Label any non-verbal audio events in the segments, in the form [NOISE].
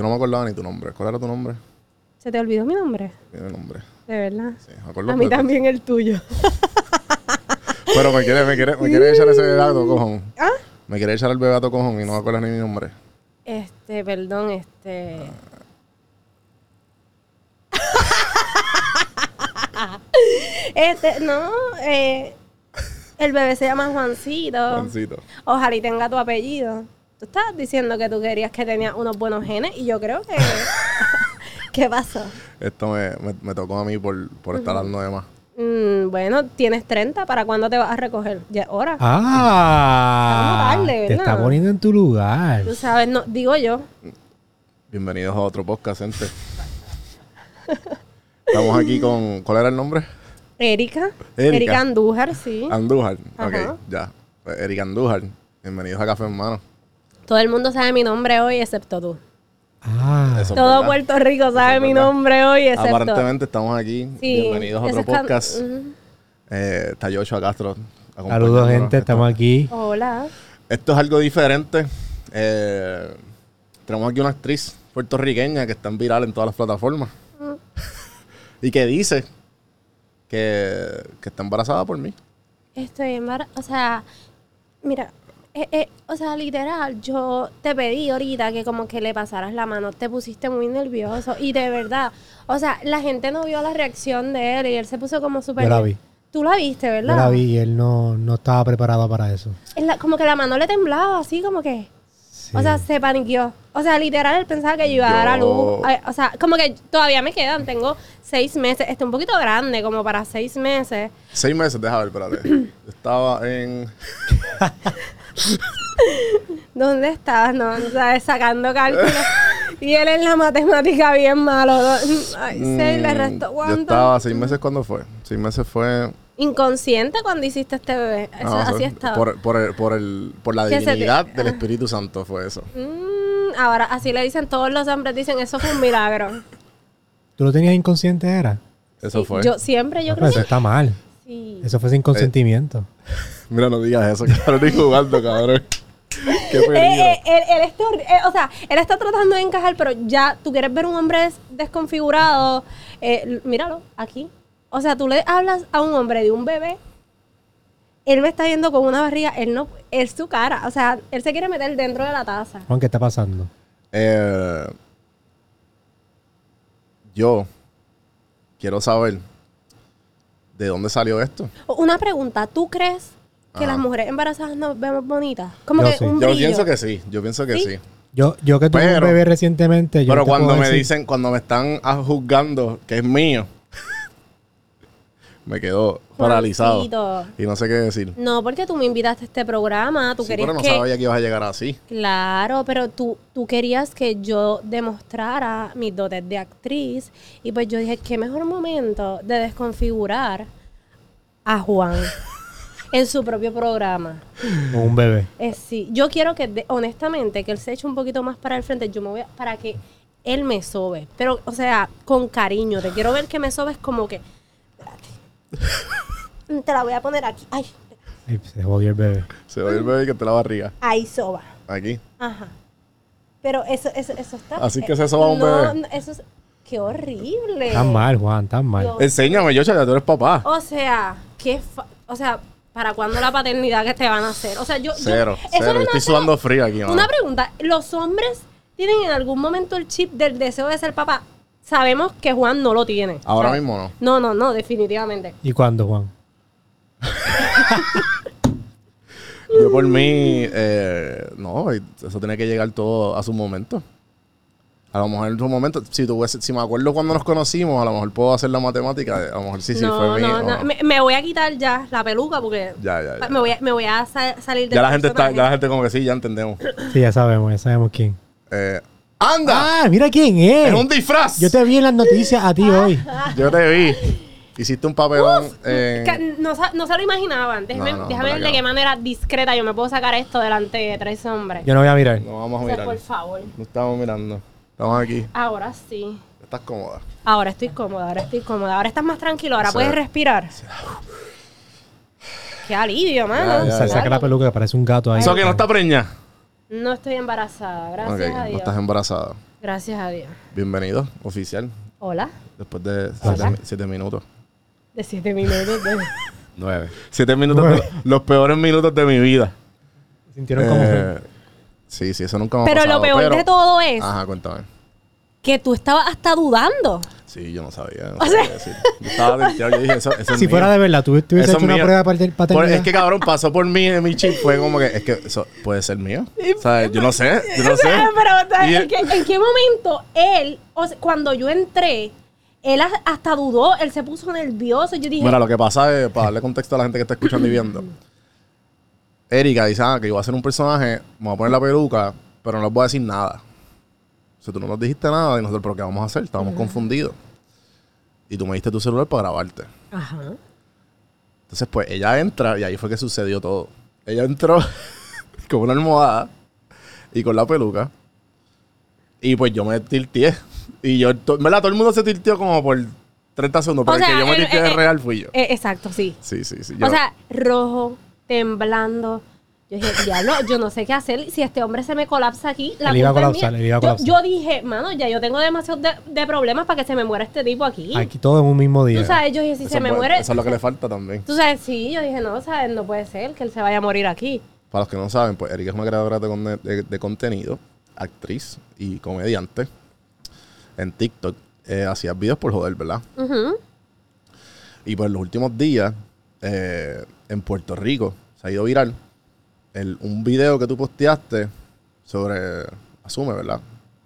Yo no me acordaba ni tu nombre. ¿Cuál era tu nombre? ¿Se te olvidó mi nombre? Tiene nombre. De verdad. Sí, me acuerdo a mí perfecto. también el tuyo. Pero me quiere, me quiere, me quiere echar ese bebato, cojón. ¿Ah? Me quiere echar el bebato, cojón, y no me acuerdo ni mi nombre. Este, perdón, este. Ah. este, no, eh, el bebé se llama Juancito. Juancito. Ojalá y tenga tu apellido. Tú estabas diciendo que tú querías que tenía unos buenos genes y [LAUGHS] yo creo que. ¿Qué pasó? Esto me, me, me tocó a mí por, por estar hablando de más. Mm, bueno, tienes 30, ¿para cuándo te vas a recoger? Ya es hora. Ah, Vamos a darle, te ¿verdad? está poniendo en tu lugar. Tú sabes, no, digo yo. Bienvenidos a otro podcast, gente. Estamos aquí con. ¿Cuál era el nombre? Erika. Erika. Ah. Erika, Andújar, sí. Andújar. Ajá. Ok, ya. Pues, Eric Andújar. Bienvenidos a Café Hermano. Todo el mundo sabe mi nombre hoy, excepto tú. Ah, Eso es Todo verdad. Puerto Rico sabe es mi verdad. nombre hoy, excepto. Aparentemente estamos aquí. Sí, Bienvenidos a otro eso es cuando- podcast. Ujú. Eh, está Yoshua Castro. acompañándonos. saludos, gente. Esto- Estamos aquí. Hola. Esto es algo diferente. Eh, tenemos aquí una actriz puertorriqueña que está en viral en todas las plataformas. Mm. [LAUGHS] y que dice que, que está embarazada por mí. Estoy embarazada. O sea, mira, eh, eh, o sea, literal, yo te pedí ahorita que como que le pasaras la mano. Te pusiste muy nervioso. Y de verdad, o sea, la gente no vio la reacción de él y él se puso como súper. Yo la vi. Tú la viste, Yo ¿verdad? la vi y él no, no estaba preparado para eso. En la- como que la mano le temblaba, así como que. Sí. O sea, se paniqueó. O sea, literal, él pensaba que yo iba a dar a Yo- luz. Ay, O sea, como que todavía me quedan. Tengo seis meses. Está un poquito grande, como para seis meses. Seis meses, déjame ver, [CLEARS THROAT] espérate. Yo Estaba en. ¿Dónde estabas? No, o sea, sacando [LAUGHS] cálculos. y él en la matemática bien malo. Do- Ay, seis, le restó Mm, Yo cuánto. estaba seis meses cuando fue. Seis meses fue. Inconsciente cuando hiciste este bebé. Eso- no, así fue- estaba. Ah, Por, por, el- por, el, por la Que se te- Ah. divinidad del Espíritu Santo fue eso. Mm, ahora, así le dicen todos los hombres. Dicen, eso fue un milagro. ¿Tú lo tenías inconsciente, era? Eso Sí, fue. Yo siempre, yo creo No, pero eso que... está mal. Sí. Eso Eh. fue sin consentimiento. Mira, no digas eso, que ahora estoy jugando, [LAUGHS] cabrón. Qué peligro. Eh, eh, él, él está, horri- eh, o sea, él está tratando de encajar, pero ya tú quieres ver un hombre des- desconfigurado. eh, l- míralo, aquí. O sea, tú le hablas a un hombre de un bebé. Él me está viendo con una barriga. Él no. Es su cara. O sea, él se quiere meter dentro de la taza. Juan, ¿qué está pasando? Eh, yo quiero saber de dónde salió esto. O- Una pregunta. ¿Tú crees que Ajá. las mujeres embarazadas nos vemos bonitas? Como Yo que sí. un Ah. Yo brillo. pienso que sí, yo pienso que sí. ¿Sí? Yo, yo que tuve Pero- un bebé recientemente. yo Pero no te cuando puedo me decir- dicen, cuando me están ah, juzgando que es mío, [LAUGHS] me quedo paralizado Juancito. y no sé qué decir. No, porque tú me invitaste a este programa. Tú Sí, querías pero no que... sabía que ibas a llegar así. Claro, pero tú, tú querías que yo demostrara mis dotes de actriz y pues yo dije, qué mejor momento de desconfigurar a Juan en su propio programa. Con un bebé. Eh, sí, yo quiero que, de- honestamente, que él se eche un poquito más para el frente, yo me voy a- para que él me sobe, pero, o sea, con cariño, te quiero ver que me sobes como que... Espérate. Te la voy a poner aquí. Ay, Ay, se jodió el bebé. Se doy el bebé que te la barriga. ahí soba. Aquí. Ajá. Pero eso, eso, eso está. Así que eh, se soba un no, bebé. No, eso es. Qué horrible. Tan mal, Juan, tan mal. Eh. Yo- Enséñame, yo, ya tú eres papá. O sea, qué. fa- o sea, ¿para cuándo la paternidad que te van a hacer? O sea, yo. yo- Cero, eso cero. no es Estoy una- sudando frío aquí, mano. Una pregunta. ¿Los hombres tienen en algún momento el chip del deseo de ser papá? Sabemos que Juan no lo tiene. Ahora ¿sabes? mismo no. No, no, no, definitivamente. ¿Y cuándo, Juan? Yo por mí, eh, no, eso tiene que llegar todo a su momento. A lo mejor en su momento, si tuviese, si me acuerdo cuando nos conocimos, a lo mejor puedo hacer la matemática, de- a lo mejor sí, sí, no, fue mío. no, no. Me, me voy a quitar ya la peluca porque. Ya, ya, ya. Me voy a, me voy a sa- salir de Ya la gente está, ya la gente como que sí, ya entendemos. Sí, ya sabemos, ya sabemos quién. Eh, ¡Anda! Ah, mira quién es. ¡Es un disfraz! Yo te vi en las noticias a Ah. ti hoy. Yo te vi. Hiciste un papelón en- Ca- No, sa- no se lo imaginaban. Déjame, Eh, No, no, déjame ver para de acá. qué manera discreta yo me puedo sacar esto delante de tres hombres. Yo no voy a mirar. No vamos a O sea, por mirar. favor. No estamos mirando. Estamos aquí. Ahora sí. Estás cómoda. Ahora estoy cómoda, ahora estoy cómoda. Ahora estás más tranquilo, ahora Sí. puedes respirar. Qué alivio, mano. Ya, Sa- ya. Saca la peluca que parece un gato ahí. Eso que no está preña. No estoy embarazada, gracias Ok, a no Dios. estás em- embarazada. Gracias a Dios. Bienvenido, oficial. Hola. Después de Hola. siete, siete minutos. De siete minutos. [LAUGHS] de- Nueve. Siete minutos, de- Nueve. los peores minutos de mi vida. Sintieron como Eh, sí, sí, eso nunca me ha Pero pasado, lo peor pero- de todo es Ajá, cuéntame. que tú estabas hasta dudando. Sí, yo no sabía. No [LAUGHS] O sabía sea- decir. Yo estaba tilteado, yo dije, eso, eso es Ah, si mío. fuera de verdad, tú tú hubieses Eso es hecho una mío. prueba de pater- Por- paternidad. es que cabrón pasó por mí en mi chip. Fue como que, es que eso puede ser [LAUGHS] mío. O sea, yo no sé, yo [LAUGHS] no O sé. sea, [LAUGHS] Pero, o sea, Y- ¿en, qué, en qué momento él, o sea, cuando yo entré, él ha- hasta dudó, él se puso nervioso. Yo dije, Mira, lo que pasa es, para darle contexto a la gente que está escuchando y viendo, Erika dice, ah, que yo voy a hacer un personaje, me voy a poner la peluca, pero no les voy a decir nada. O sea, tú no nos dijiste nada y nosotros, pero ¿qué vamos a hacer? Estábamos confundidos. Y tú me diste tu celular para grabarte. ajá. Entonces, pues, ella entra y ahí fue que sucedió todo. Ella entró [LAUGHS] con una almohada y con la peluca. Y pues yo me tilteé. Y yo, to- ¿verdad? Todo el mundo se tilteó como por 30 segundos, pero O sea, el que yo me el- tilteé el- de el- real fui yo. Eh, exacto, sí. Sí, sí, sí. yo- O sea, rojo, temblando. Yo dije, diablo, yo no sé qué hacer. Si este hombre se me colapsa aquí, la Él iba a culpa es colapsar, mía. él iba a Yo- colapsar. Yo, dije, mano, ya yo tengo demasiados de, de problemas para que se me muera este tipo aquí. Aquí todo en un mismo día. Tú sabes, yo dije, si Eso se me puede- muere. Eso es lo que le falta también. Tú sabes, sí, yo dije, no, sabes, no puede ser que él se vaya a morir aquí. Para los que no saben, pues Erika es una creadora de, conde- de- de contenido, actriz y comediante en TikTok. Eh, hacía videos por joder, ¿verdad? Ujú. Y pues los últimos días eh, en Puerto Rico se ha ido viral el- un video que tú posteaste sobre Asume, ¿verdad?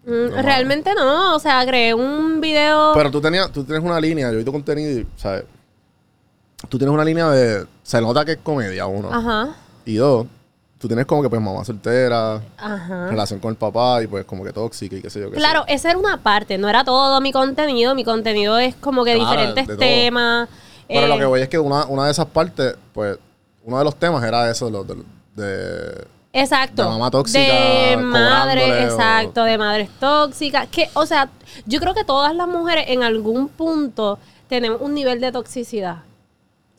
Mm, No, realmente no, o sea, agregué un video. Pero tú tenías, tú tienes una línea, yo vi tu contenido y, ¿sabes? Tú tienes una línea de. Se nota que es comedia, uno. Ajá, Y dos, tú tienes como que pues mamá soltera, ajá. relación con el papá y pues como que tóxica y qué sé yo. qué sé Claro, yo. esa era una parte, no era todo mi contenido. Mi contenido es como que Claro, diferentes de todo. temas. Pero eh, lo que voy es que una, una de esas partes, pues, uno de los temas era eso, lo, de, de- Exacto. De mamá tóxica, De madre, cobrándole o- exacto, de madres tóxicas. Que, o sea, yo creo que todas las mujeres en algún punto tenemos un nivel de toxicidad.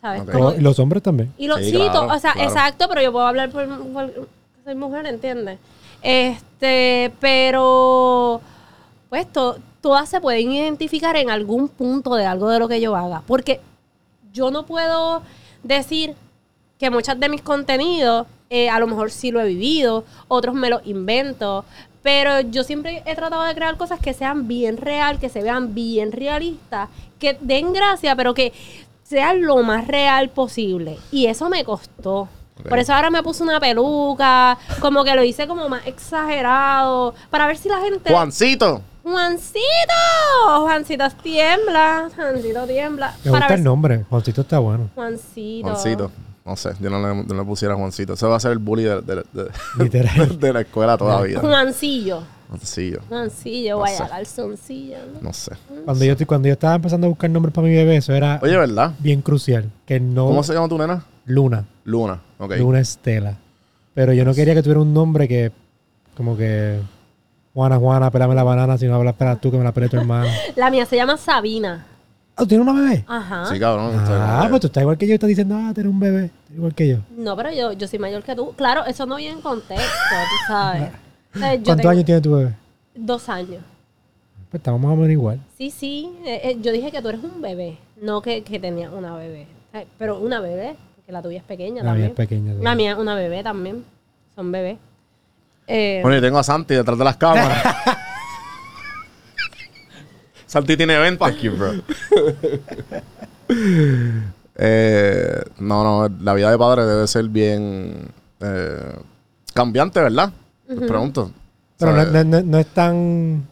¿Sabes? Ok. Como- Pero- Eh, y los hombres también. y lo Sí, cito, claro, o sea, claro. exacto, pero yo puedo hablar por, por- soy mujer, ¿entiendes? Este, pero pues to- todas se pueden identificar en algún punto de algo de lo que yo haga, porque yo no puedo decir que muchos de mis contenidos eh, a lo mejor sí lo he vivido, otros me los invento, pero yo siempre he tratado de crear cosas que sean bien real, que se vean bien realistas, que den gracia, pero que sea lo más real posible. Y eso me costó. Ok. Por eso ahora me puse una peluca, como que lo hice como más exagerado, para ver si la gente... ¡Juancito! Juancito, Juancito tiembla, Juancito tiembla. Me Para gusta ver el si- nombre. Juancito [LAUGHS] está bueno. Juancito. Juancito. No sé, yo no le, no le pusiera Juancito. Eso va a ser el bully de, de- de- [LAUGHS] Literal. de la escuela toda la vida. Juancillo. Juancillo. Juancillo, No vaya, sé. garzoncillo. ¿no? No sé. Cuando yo, cuando yo estaba empezando a buscar nombres para mi bebé, eso era Oye, ¿verdad? bien crucial. Que no. ¿Cómo se llama tu nena? Luna. Luna. Ok. Luna Estela. Pero yo no quería que tuviera un nombre que. Como que. Juana, Juana, pelame la banana, si no hablas, pelas tú que me la pele tu [LAUGHS] hermano. La mía se llama Sabina. Ah, ¿Tiene una bebé? Ajá. Sí, cabrón. o sea, Ah, como pues que- tú estás igual que yo, estás diciendo, ah, tener un bebé. Igual que yo. No, pero yo, yo soy mayor que tú. Claro, eso no viene en contexto, [LAUGHS] tú sabes. O sea, yo ¿Cuántos tengo años tiene tu bebé? Dos años. Pues estamos más o menos igual. Sí, sí. eh, eh, yo dije que tú eres un bebé, no que, que tenía una bebé. Eh, Pero una bebé, porque la tuya es pequeña La mía también. es pequeña. La mía, una bebé también. Son bebés. Eh, Bueno, yo tengo a Santi detrás de las [LAUGHS] cámaras. Santi tiene 20 aquí, bro. [LAUGHS] Eh, no, no, la vida de padre debe ser bien eh, cambiante, ¿verdad? Te pregunto. Pero no, ¿Sabes? no- no- no es tan,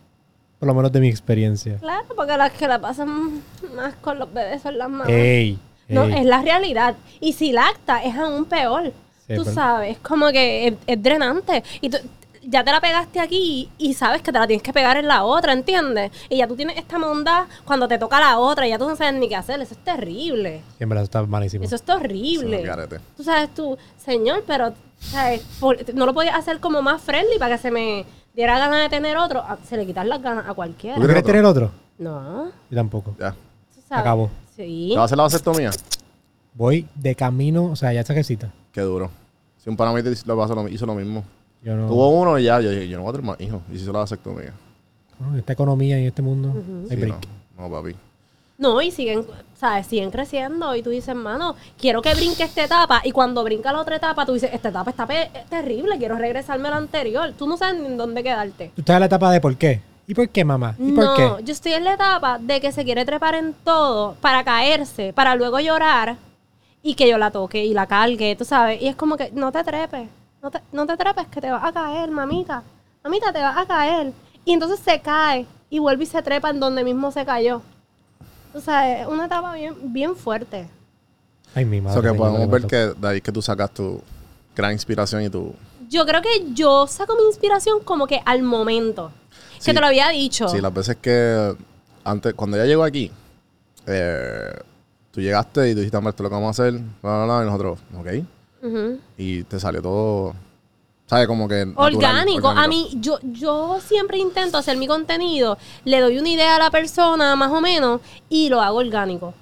por lo menos de mi experiencia. claro, porque las que la pasan más con los bebés son las mamás. Ey, No, ey. es la realidad. Y si lacta, es aún peor. Sí, tú pero- sabes, es como que es, es drenante. Y tú- ya te la pegaste aquí y sabes que te la tienes que pegar en la otra, ¿entiendes? Y ya tú tienes esta mondad cuando te toca la otra y ya tú no sabes ni qué hacer. Eso es terrible. Sí, en verdad, eso está malísimo. Eso es Eso es terrible. un garete. tú sabes, tú, señor, pero ¿sabes? Por- no lo podías hacer como más friendly para que se me diera ganas de tener otro. Ah, Se le quitan las ganas a ¿Tú cualquiera. Porque- quieres tener otro? No. Yo tampoco. Ya. tú sabes. Acabó. Sí. ¿Te vas a hacer la vasectomía? Voy de camino, o sea, ya está cita. Yo Qué duro. Si un pana mío te hizo lo, hizo lo mismo. no. Tuvo uno y ya, yo dije, yo no voy a tener más hijos. Y se hizo la vasectomía. ¿no? En esta economía y en este mundo. Sí, hay break. no, no, papi. No, y siguen, ¿sabes? Siguen creciendo. Y tú dices, mano, quiero que brinque esta etapa. Y cuando brinca la otra etapa, tú dices, esta etapa está pe- terrible, quiero regresarme a la anterior. Tú no sabes ni en dónde quedarte. Tú estás en la etapa de por qué. ¿Y por qué, mamá? ¿Y por No, qué? yo estoy en la etapa de que se quiere trepar en todo para caerse, para luego llorar y que yo la toque y la cargue, tú sabes. Y es como que no te trepes, no te, no te trepes, que te vas a caer, mamita. Mamita, te vas a caer. Y entonces se cae y vuelve y se trepa en donde mismo se cayó. O sea, es una etapa bien, bien fuerte. Ay, mi madre. Eso que señora, podemos me ver mató. que de ahí es que tú sacas tu gran inspiración y tu... Yo creo que yo saco mi inspiración como que al momento. Sí. Que te lo había dicho. Sí, las veces que antes, cuando ella llegó aquí, eh, tú llegaste y tú dijiste, hombre, esto es lo que vamos a hacer, bla, bla, bla, y nosotros, ok. Ujú. Y te salió todo, ¿sabes? Como que... natural, Orgánico. A mí, yo, yo siempre intento hacer mi contenido, le doy una idea a la persona, más o menos, y lo hago orgánico.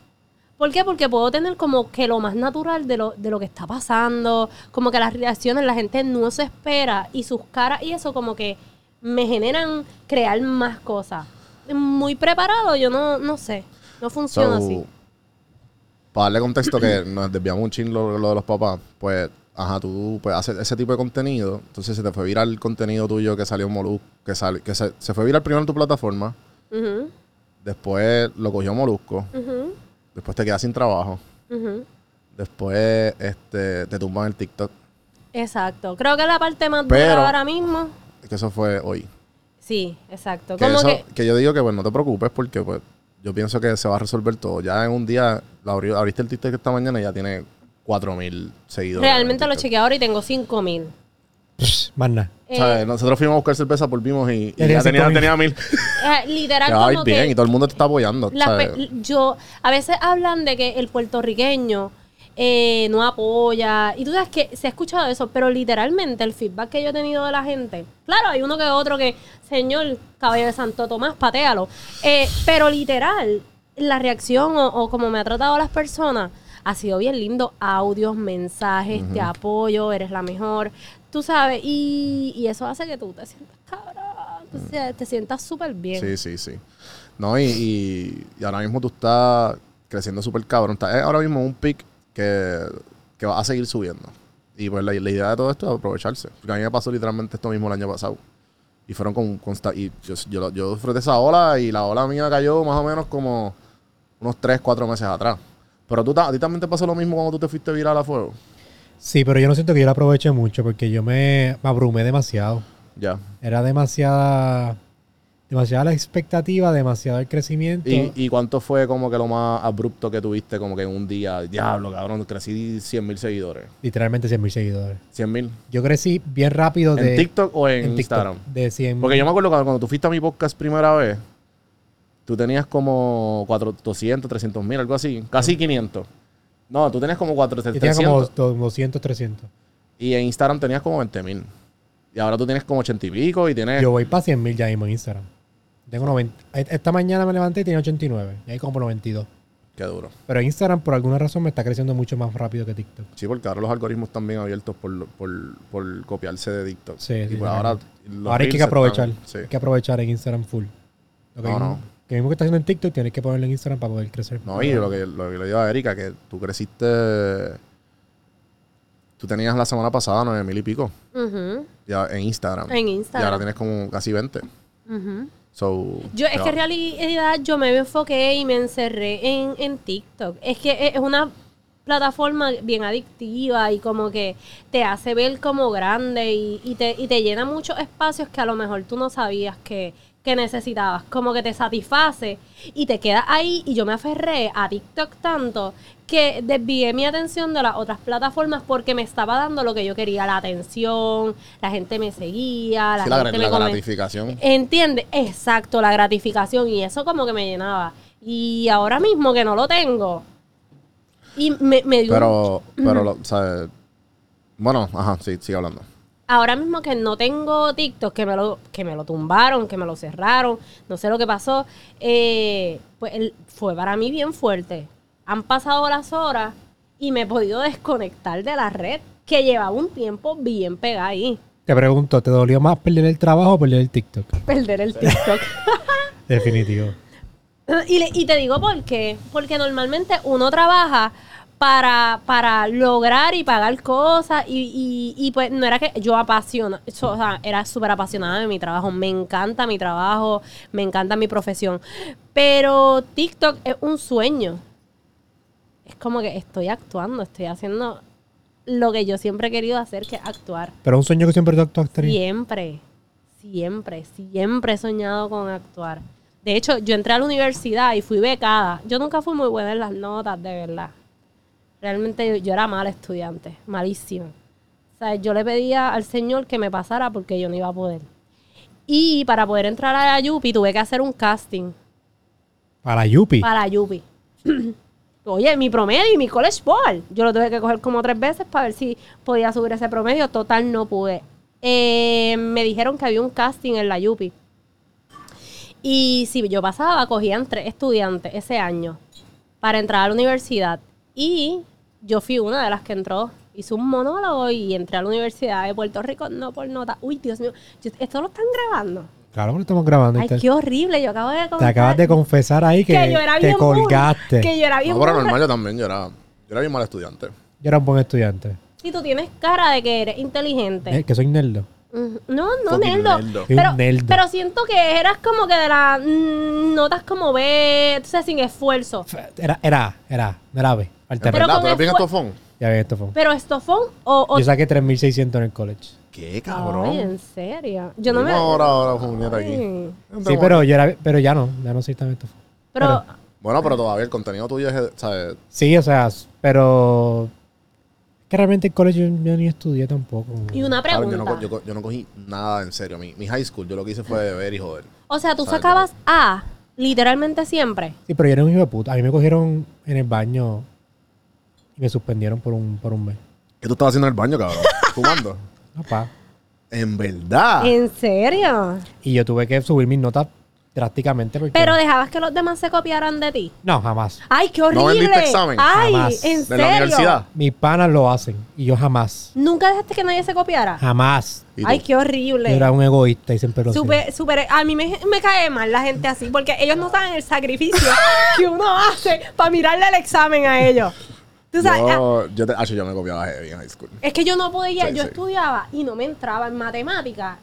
¿Por qué? Porque puedo tener como que lo más natural de lo, de lo que está pasando, como que las reacciones, la gente no se espera, y sus caras y eso como que me generan crear más cosas. Muy preparado, yo no, no sé, So, no funciona así. Para darle contexto que nos desviamos un chin lo, lo de los papás, pues, ajá, tú pues, haces ese tipo de contenido, entonces se te fue viral el contenido tuyo que salió en Molusco, que, sal- que se, se fue viral primero en tu plataforma, Ujú, después lo cogió Molusco, ujú, después te quedas sin trabajo, ujú. después este, te tumban el TikTok, Exacto. Creo que la parte más dura Pero- ahora mismo. que eso fue hoy. Sí, exacto. Que, Como eso- que, que yo digo que pues no te preocupes porque pues yo pienso que se va a resolver todo. Ya en un día, la abri- abriste el TikTok esta mañana y ya tiene 4.000 seguidores. en Realmente lo TikTok. chequeé ahora y tengo 5 mil. Psh, Más nada. Eh, ¿Sabes? Nosotros fuimos a buscar cerveza por Vimos y, y Tenía ya tenía, 5.000. tenía mil. eh, literal, Te va a ir como bien que y todo el mundo te está apoyando. las ¿sabes? pe- yo, a veces hablan de que el puertorriqueño eh, no apoya. Y tú sabes que se ha escuchado eso, pero literalmente el feedback que yo he tenido de la gente. Claro, hay uno que otro que, señor caballo de Santo Tomás, patealo. Eh, pero literal, la reacción o, o como me ha tratado las personas ha sido bien lindo. Audios, mensajes, te apoyo, eres la mejor. Tú sabes, y, y eso hace que tú te sientas cabrón, tú se- te sientas súper bien. Sí, sí, sí. No, y, y- y ahora mismo tú estás creciendo súper cabrón. Estás eh, ahora mismo en un pic que, que vas a seguir subiendo. Y pues la, la idea de todo esto es aprovecharse. Porque a mí me pasó literalmente esto mismo el año pasado. Y fueron con... consta- y yo, yo, lo- yo froté esa ola y la ola mía cayó más o menos como unos 3, 4 meses atrás. Pero tú, ta- a ti también te pasó lo mismo cuando tú te fuiste viral a fuego. Sí, pero yo no siento que yo la aproveche mucho porque yo me, me abrumé demasiado. Ya. Era demasiada. Demasiada la expectativa, demasiado el crecimiento. ¿Y, ¿Y cuánto fue como que lo más abrupto que tuviste como que en un día? Diablo, cabrón, crecí 100 mil seguidores. literalmente 100 mil seguidores. 100 mil. Yo crecí bien rápido de. ¿En TikTok o en, en TikTok, Instagram? De 100 Porque yo me acuerdo que cuando tú fuiste a mi podcast primera vez, tú tenías como 400, 300 mil, algo así. Casi 500. No, tú tenías como 400, Yo Mm. tenía 300. como 200, 300. Y en Instagram tenías como 20 mil. Y ahora tú tienes como 80 y pico y tienes... Yo voy para 100 mil ya mismo en Instagram. Tengo 90. Esta mañana me levanté y tenía 89. Y ahí como por 92. Qué duro. Pero Instagram, por alguna razón, me está creciendo mucho más rápido que TikTok. Sí, porque ahora los algoritmos están bien abiertos por, lo- por, por copiarse de TikTok. Sí, y sí, pues ahora... los Ahora hay reels que aprovechar. están- sí. Hay que aprovechar en Instagram full. Lo que, No, mismo, no. que mismo que está haciendo en TikTok, tienes que ponerlo en Instagram para poder crecer. No, y lo que, lo que le digo a Erika, que tú creciste... Tú tenías la semana pasada 9 mil y pico. Ujú. ya en Instagram. En Y Instagram. ahora tienes como casi 20. Ujú. So, Yo, es ya. que en realidad yo me enfoqué y me encerré en, en TikTok. Es que es una plataforma bien adictiva y como que te hace ver como grande y, y te, y te llena muchos espacios que a lo mejor tú no sabías que, que necesitabas. Como que te satisface y te quedas ahí y yo me aferré a TikTok tanto que desvié mi atención de las otras plataformas porque me estaba dando lo que yo quería, la atención, la gente me seguía, la Sí, la, gente la me comentaba. gratificación. Entiende, exacto, la gratificación y eso como que me llenaba. Y ahora mismo que no lo tengo. Y me, me dio un- Pero, pero, lo- o sea, bueno, ajá, sí, sigue hablando. ahora mismo que no tengo TikTok, que me lo que me lo tumbaron, que me lo cerraron, no sé lo que pasó, eh, pues el- fue para mí bien fuerte. Han pasado las horas y me he podido desconectar de la red que llevaba un tiempo bien pegada ahí. Te pregunto, ¿te dolió más perder el trabajo o perder el TikTok? Perder el TikTok. Definitivo. Y, le- y te digo por qué. Porque normalmente uno trabaja para, para lograr y pagar cosas. Y, y- y, pues no era que yo apasiona, so- o sea, era súper apasionada de mi trabajo. Me encanta mi trabajo, me encanta mi profesión. Pero TikTok es un sueño. Es como que estoy actuando, estoy haciendo lo que yo siempre he querido hacer, que es actuar. Pero un sueño que siempre tú tú has tenido. Siempre, siempre, siempre he soñado con actuar. De hecho, yo entré a la universidad y fui becada. Yo nunca fui muy buena en las notas, de verdad. Realmente yo, yo era mala estudiante, malísima. O sea, yo le pedía al señor que me pasara porque yo no iba a poder. Y para poder entrar a la Yupi tuve que hacer un casting Para Yupi. para Yupi. [CLEARS THROAT] Oye, mi promedio y mi college ball. Yo lo tuve que coger como tres veces para ver si podía subir ese promedio. Total, no pude. Eh, me dijeron que había un casting en la Yupi. Y si yo pasaba, cogían tres estudiantes ese año para entrar a la universidad. Y yo fui una de las que entró. Hice un monólogo y entré a la Universidad de Puerto Rico, no por nota. Uy, Dios mío, yo- esto lo están grabando. Claro, porque estamos grabando. y Ay, te, qué horrible, yo acabo de te acabas de confesar ahí que, que yo era que bien burra, colgaste. Que yo era bien No, pero burra. normal yo también, yo era, yo era bien mal estudiante. Yo era un buen estudiante. Y tú tienes cara de que eres inteligente. Eh, que soy nerdo. Ujú. No, no, Fucking nerdo. nerdo. Soy un Pero, nerdo. pero siento que eras como que de las mm, notas como B, o sea, sin esfuerzo. F- Era, era, era, no era B. Falta ¿Es B. Pero verdad? con ¿Tú eres bien esfuer- estofón? Ya ves, esto fue. Pero estofón o... o Yo saqué 3600 en el college. ¿Qué, Ay, cabrón? en serio. Yo no me... Ahora, ahora, puñeta aquí. Ay. Sí, pero yo era, pero ya no, ya no soy tan estofón. Pero, Bueno, pero todavía el contenido tuyo es, ¿sabes? Sí, o sea, s- pero es que realmente en college yo, yo ni estudié tampoco. y una Claro, yo, no, pregunta. co- yo co- yo no cogí nada en serio. Mi, mi high school, yo lo que hice fue beber y joder. o sea, tú Sabe, sacabas A literalmente siempre. Sí, pero yo era un hijo de puta. A mí me cogieron en el baño y me suspendieron por un, por un mes. ¿Qué tú estabas haciendo en el baño, cabrón? Fumando. [LAUGHS] Papá. En verdad. ¿En serio? Y yo tuve que subir mis notas drásticamente porque... Pero dejabas que los demás se copiaran de ti. No, jamás. ¡Ay, qué vendiste horrible! examen. ¡Ay, Jamás. en de serio! la universidad. Mis panas lo hacen y yo jamás. ¿Nunca dejaste que nadie se copiara? Jamás. ¿Y tú? Ay, qué horrible. Yo era un egoísta y siempre lo sé. Super, super, a mí me, me cae mal la gente así, porque ellos no saben el sacrificio que uno hace para mirarle el examen a ellos. Tú sabes, ah, yo, yo, te, acho, yo me copiaba heavy en high school. es que yo no podía, Sí, yo sí. estudiaba y no me entraba en matemática.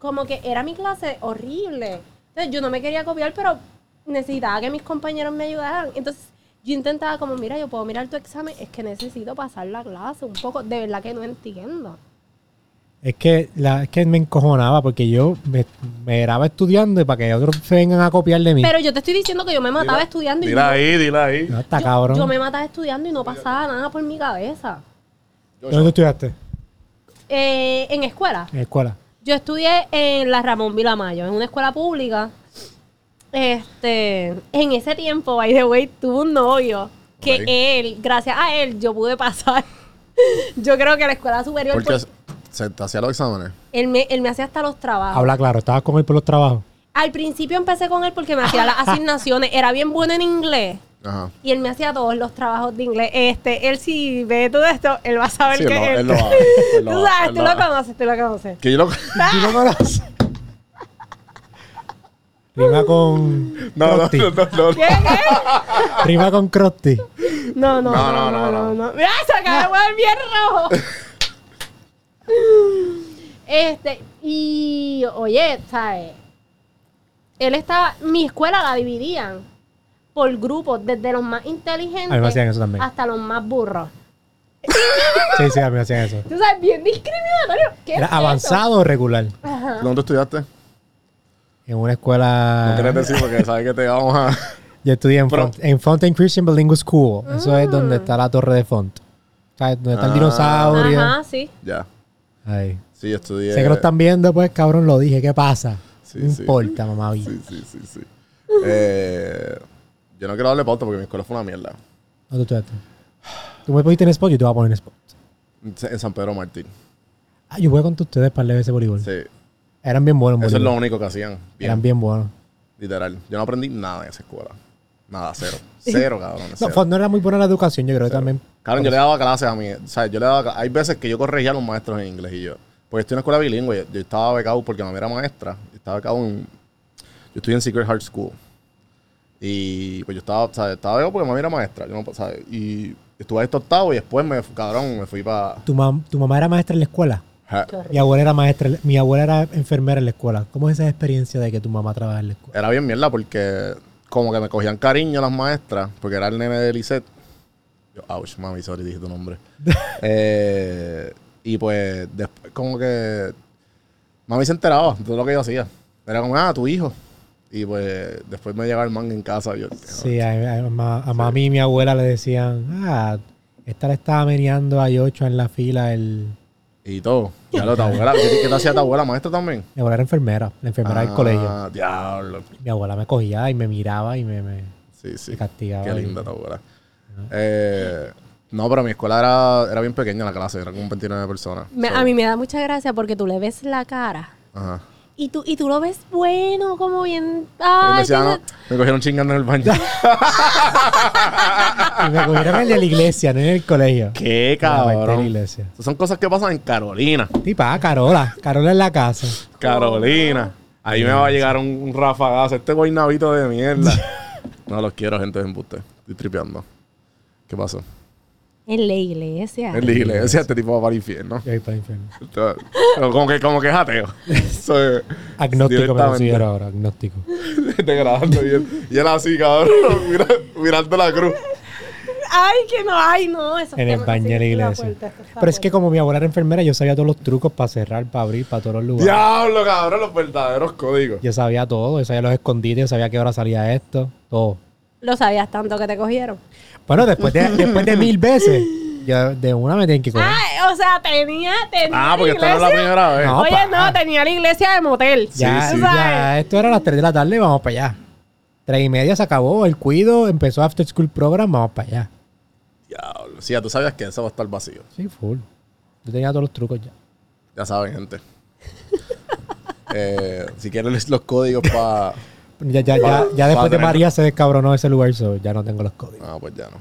Como que era mi clase horrible. Entonces yo no me quería copiar, pero necesitaba que mis compañeros me ayudaran. Entonces yo intentaba como, mira, yo puedo mirar tu examen, es que necesito pasar la clase un poco. De verdad que no entiendo. Es que, la, es que me encojonaba porque yo me, me graba estudiando y para que otros se vengan a copiar de mí. Pero yo te estoy diciendo que yo me mataba estudiando y Dila no- ahí, dila ahí. no, está yo, cabrón. yo me mataba estudiando y no pasaba nada por mi cabeza. ¿Dónde estudiaste? Eh, en escuela. En la escuela. Yo estudié en la Ramón Vilamayo, en una escuela pública. Este, en ese tiempo, by the way, tuve un novio que Ok. él, gracias a él, yo pude pasar. [LAUGHS] yo creo que la escuela superior, Porque pues, se- se te hacía los exámenes. él, me, él me hacía hasta los trabajos. Habla claro, estabas con él por los trabajos. Al principio empecé con él porque me hacía [LAUGHS] las asignaciones. Era bien bueno en inglés. Ajá. Y él me hacía todos los trabajos de inglés. Este, él si ve todo esto, él va a saber Sí, que él lo- él- él lo va a ver, [LAUGHS] él lo Tú va- sabes, él tú lo lo va- conoces, Ah. tú lo conoces. Que [LAUGHS] yo [LAUGHS] lo. ¿Tú no conoces? Rima con. No, no, Crusty. no, no, [LAUGHS] no, [LAUGHS] ¿Qué? ¿Qué? Rima con Crusty. No, no, No, no, no, no, no, no, no, Mira, se acabó el bien rojo. Este, y oye, ¿sabes? Él estaba, mi escuela la dividían por grupos, desde los más A mí me inteligentes hacían eso también. hasta los más burros. Sí, sí, a mí me hacían eso. Tú sabes, bien discriminatorio. ¿Qué ¿Era es eso? avanzado o regular? ¿Dónde estudiaste? En una No quieres escuela. decir porque sabes que te vamos a. [LAUGHS] Yo estudié en, Pero- Font- en Fountain Christian Bilingual School. Eso es Mm. donde está la torre de Font. O sea, donde está el Ah. dinosaurio. Ajá, sí. Ya. Ahí. Sí, yo estudié. Sé que lo están viendo, pues, cabrón, lo dije. ¿Qué pasa? Sí, no sí. importa, mamá. Sí, sí, sí, sí. Eh, yo no quiero darle pauta porque mi escuela fue una mierda. No, tú, tú- tú. Tú me pusiste en spot, yo te voy a poner en spot. En en San Pedro Martín. Ah, yo jugué contra ustedes para el ese voleibol. Sí. Eran bien buenos, en Eso es lo voleibol. único que hacían. Bien, Eran bien buenos. Literal. Yo no aprendí nada en esa escuela. Nada, cero. Cero, cabrón. No, cero. Font no era muy buena en la educación, yo creo que también. Cabrón, yo le daba clases a mí. O sea, yo le daba. Hay veces que yo corregía a los maestros en inglés y yo. Porque estoy en una escuela bilingüe. Yo, yo estaba becado porque mamá era maestra. Yo estaba becado en. Yo estudié en Secret Heart School. Y pues yo estaba, ¿sabes? Estaba becado porque mamá era maestra. Yo no, ¿sabes? Y estuve hasta octavo y después me, cabrón, me fui para. Tu, mam- tu mamá era maestra en la escuela. Mi abuela era maestra, en la- mi abuela era enfermera en la escuela. ¿Cómo es esa experiencia de que tu mamá trabaja en la escuela? Era bien mierda porque como que me cogían cariño las maestras, porque era el nene de Lisette. Yo, ouch, mami, sorry, dije tu [LAUGHS] nombre. Eh, y pues después como que mami se enteraba de todo lo que yo hacía. Era como, ah, tu hijo. Y pues después me llegaba el manga en casa. Yo, Sí, a, a ma- a mami y mi abuela le decían, ah, esta le estaba meneando a Yocho en la fila. El... Y todo. Ya lo, tu abuela, ¿qué, qué te hacía tu abuela maestra también? Mi abuela era enfermera, la enfermera del Ah, colegio. Diablo. Mi abuela me cogía y me miraba y me, me- Sí, sí. me castigaba. Qué y- linda tu abuela. Eh, no, pero mi escuela era, era bien pequeña la clase, eran como 29 personas. Me- So, a mí me da mucha gracia porque tú le ves la cara. Ajá. Y tú, y tú lo ves bueno, como bien. Y me, Ay, decían, tiene- "No, me cogieron chingando en el baño. Y me cogieron en la iglesia, no en el colegio. ¡Qué Me metí en la cabrón! iglesia. Son cosas que pasan en Carolina. Tipa, Carola. Carola en la casa. Carolina. Ahí me va a llegar un, un rafagazo. Este guaynabito de mierda. no los quiero, gente, es embuste. Estoy tripeando. ¿Qué pasó? En la iglesia. En la iglesia este tipo va para el infierno. [LAUGHS] Yo voy para el infierno. como, que, como que es ateo. Eso es Agnóstico me directamente. considero ahora, agnóstico. [LAUGHS] degradando bien. Y él así, cabrón, [LAUGHS] mira- mirando la cruz. Ay, que no, ay, no. esos En el temas, baño sí, de la está iglesia. fuerte, esto está Pero es que fuerte. como mi abuela era enfermera, yo sabía todos los trucos para cerrar, para abrir, para todos los lugares. Diablo, cabrón, los verdaderos códigos. Yo sabía todo, yo sabía los escondites, yo sabía a qué hora salía esto, todo. Lo sabías tanto que te cogieron. Bueno, después de, [LAUGHS] después de mil veces, ya de una me tienen que coger. Ay, o sea, tenía, tenía Ah, porque esta no es la primera vez. No, Oye, pa. no, tenía la iglesia de motel. ya, sí, sí. ya, esto era las 3 de la tarde, vamos para allá. Tres y media se acabó, el cuido, empezó After School Program, vamos para allá. Diablo. Sí, ya tú sabías que eso va a estar vacío. Sí, full. Yo tenía todos los trucos ya. Ya saben, gente. Eh, si quieren les- los códigos para. Ya, ya, ya, ya Va- va a después de tener- María se descabronó ese lugar, so ya no tengo los códigos. Ah, pues ya no.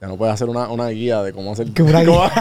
Ya no puedes hacer una, una guía de cómo hacer. Que una cómo- guía.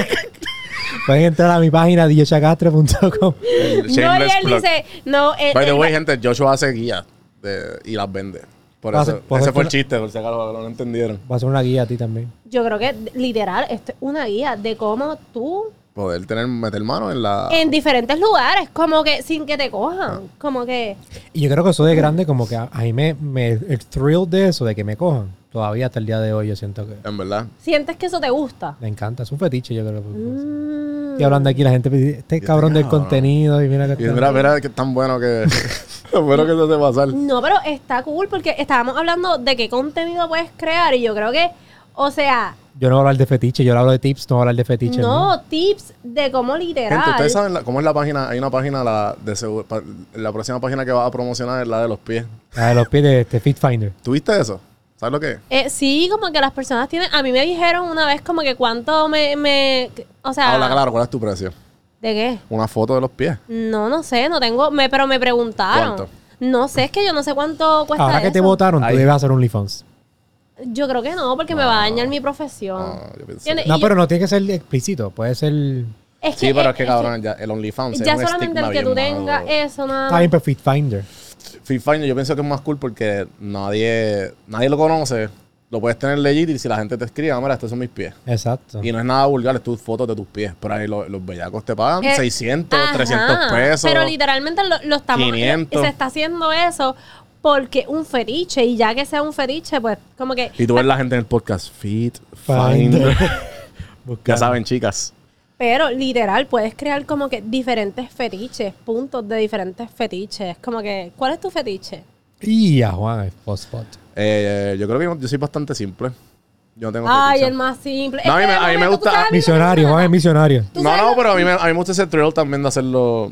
Pueden entrar a mi página, diochacastre.com. el No, y shameless él plug. dice, no, eh, By the él- way, gente, Joshua hace guías de- y las vende. Por Va a eso, ser- por ese eso- fue el chiste, por si acaso no lo entendieron. Va a ser una guía a ti también. yo creo que literal, esto es una guía de cómo tú Poder tener, meter mano en la. en diferentes lugares, como que sin que te cojan, Ah. como que Y yo creo que eso de grande, como que a, a mí me, me- el thrill de eso, de que me cojan, todavía hasta el día de hoy yo siento que En verdad. sientes que eso te gusta. me encanta. Es un fetiche, yo creo. que- Mm. Estoy hablando aquí, la gente pide, este Este cabrón del cabrón. contenido y mira que Y está- mira, mira que tan bueno que. [LAUGHS] tan bueno que te hace pasar. No, pero está cool porque estábamos hablando de qué contenido puedes crear y yo creo que, o sea, Yo no voy a hablar de fetiche, yo no hablo de tips, no voy a hablar de fetiche. no tips de cómo Gente, literal. ustedes saben la- cómo es la página. Hay una página, la, de seguro- pa- la próxima página que vas a promocionar es la de los pies. La de los pies de este Fit Finder. ¿Tuviste eso? ¿Sabes lo que es? Eh, sí, como que las personas tienen, a mí me dijeron una vez como que cuánto me, me o sea, Habla claro, ¿cuál es tu precio? ¿de qué? Una foto de los pies. No, no sé, no tengo, me, pero me preguntaron. ¿Cuánto? No sé, es que yo no sé cuánto cuesta Ahora que te eso. votaron, Ahí. tú debes hacer OnlyFans. Yo creo que no, porque me va a dañar mi profesión. Ah, yo pensé. ¿Entiendes? No, Y pero no tiene que ser explícito, puede ser. Está es Sí, pero es que es cabrón, ya el OnlyFans. Ya solamente el que tú tengas eso, nada más. bien, pero Fit Finder. Free Fire yo pienso que es más cool porque nadie, nadie lo conoce. Lo puedes tener legit y si la gente te escribe, ah, mira, estos son mis pies. Exacto. Y no es nada vulgar, es tus fotos de tus pies. Pero ahí lo- los bellacos te pagan Eh, 600, Ajá, 300 pesos. Pero literalmente lo, lo estamos. 500. Se está haciendo eso porque un fetiche, y ya que sea un fetiche, pues como que. Y tú ves la gente en el podcast Fit Finder. Finder. [LAUGHS] Buscar. ya saben, chicas. Pero literal, puedes crear como que diferentes fetiches, puntos de diferentes fetiches. Como que, ¿cuál es tu fetiche? Y a Juan, es postpot. Eh, yo creo que yo, yo soy bastante simple. Yo no tengo Ay, fetiche. el más simple. No, a mí me- que de a mí me momento tú gusta- sabes, Misionario, Juan es misionario. ¿Tú No, sabes no, lo- pero a mí, me, a mí me gusta ese thrill también de hacerlo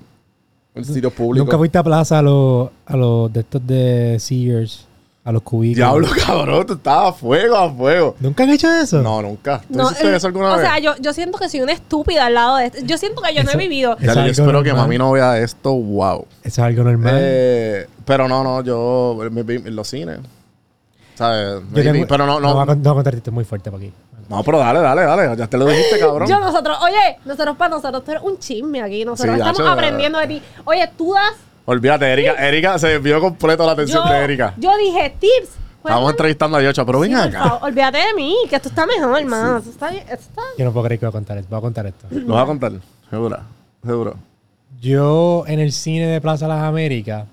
en sitios públicos. Nunca fuiste a plaza a los, a los de estos de Sears, a los [LAUGHS] cubicos. Diablo, cabrón, tú estabas a fuego, a fuego. ¿Nunca han hecho eso? No, nunca. ¿Tú No, hiciste eh, eso alguna o vez? sea, yo, yo siento que soy una estúpida al lado de esto. Yo siento que yo no he Eso- vivido. Ya, es yo algo espero que normal. mami no vea esto, wow. Eso es algo normal. Eh, pero no, no, yo me vi en los cines. ¿Sabes? Yo Me vi- tengo- pero no, No, voy no. a con- no voy a contarte esto es muy fuerte para aquí. No, pero dale, dale, dale. Ya te lo dijiste, cabrón. Yo, nosotros, oye, nosotros para nosotros, tú eres un chisme aquí. Nosotros Sí, estamos hacho, aprendiendo de ti. Oye, tú das. Olvídate, Erika. Erika se vio completo la atención Yo, de Erika. yo dije tips. Estamos entrevistando a Yocha, pero ven Sí, por acá. favor, olvídate de mí, que esto está mejor, hermano. Esto está, esto está- Yo no puedo creer que voy a contar esto. Voy a contar esto. Lo vas a contar. Seguro. Seguro. Yo en el cine de Plaza Las Américas.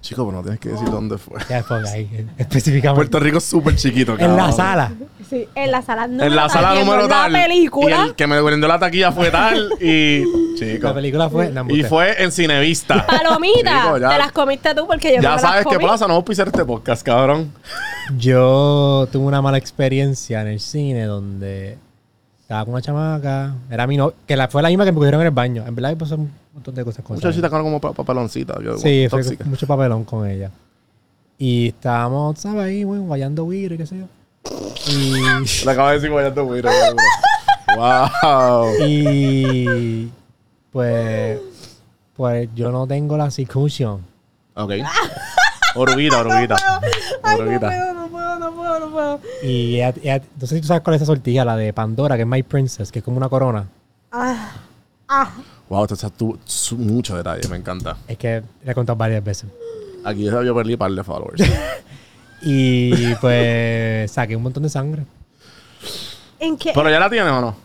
Chico, pero no tienes que decir dónde fue. Ya ponga ahí, [LAUGHS] específicamente. Puerto Rico es súper chiquito, En la cabrón. sala. sí, en la sala número en la sala viendo número tal. La película. Y el que me vendió la taquilla fue tal. Y. Chico. La película fue. no, Y embuste. fue en Cinevista. Palomita, Chico, ya- te las comiste tú porque yo no Ya me las sabes que comí. Plaza no va a auspiciar este podcast, cabrón. Yo tuve una mala experiencia en el cine donde estaba con una chamaca. Era mi novia. Que la, fue la misma que me cogieron en el baño. En verdad, pasó un montón de cosas con esa Muchachita cabrón como pa- papaloncita. Yo, Sí, fue tóxica. mucho papelón con ella. Y estábamos, ¿sabes? Ahí, bueno, guayando guiro y qué sé yo. [LAUGHS] Y, Le acabo de decir guayando güiro. seguro. wow. y, pues, pues yo no tengo la circuncisión. Ok. Oruguita, oruguita. Ay, no Oruguita. puedo, no puedo, no puedo, no puedo. Y ella- ella- no sé si tú sabes cuál es esa sortija, la de Pandora, que es My Princess, que es como una corona. Ah, ah. Wow, esto está tu- su- mucho detalle, me encanta. Es que la he contado varias veces. Aquí yo yo perdí un par de followers. [LAUGHS] Y pues [LAUGHS] saqué un montón de sangre. ¿En qué? Pero ya la tienes o no?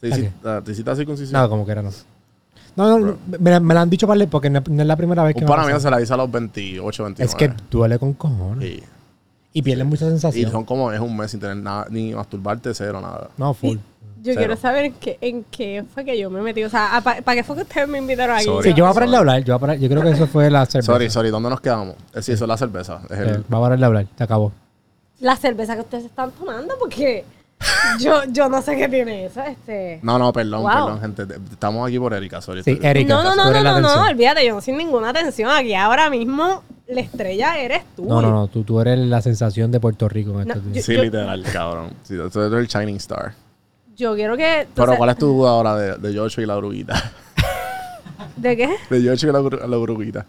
¿Te ¿La hiciste, ah, ¿te hiciste la circuncisión? No, como que era, no. No, no, me, la- me la han dicho para porque no no es la primera vez que Un me pana mío pasa. se la hizo a los 28, 29. Es que duele con cojones. Sí. Y pierde mucha Y sensación. son como, es un mes sin tener nada, ni masturbarte, cero, nada. No, full. Yo Cero. quiero saber en qué, en qué fue que yo me metí. O sea, ¿para qué fue que ustedes me invitaron aquí? Sorry. Sí, yo voy a parar de hablar. Yo, voy a parar- yo creo que eso fue la cerveza. Sorry, sorry, ¿dónde nos quedamos? Eh, sí, eso es la cerveza. Es Eh, el, voy a parar de hablar. Se acabó. La cerveza que ustedes están tomando, porque yo, yo no sé qué tiene eso. Este. No, no, perdón, Wow. perdón, gente. Te- Estamos aquí por Erika, sorry. Sí, Estoy- Erika. no, no, no, tú no, eres la no, no, atención. olvídate, yo no sin ninguna atención aquí. Ahora mismo la estrella eres tú. No, no, no. Tú, tú eres la sensación de Puerto Rico en No, estos yo- días. Sí, literal, cabrón. Sí, tú eres el Shining Star. Yo quiero que. tú Pero, se- ¿cuál es tu duda ahora de, de Joshua y la oruguita? [LAUGHS] ¿De qué? De Yoshi y la, gru- la oruguita.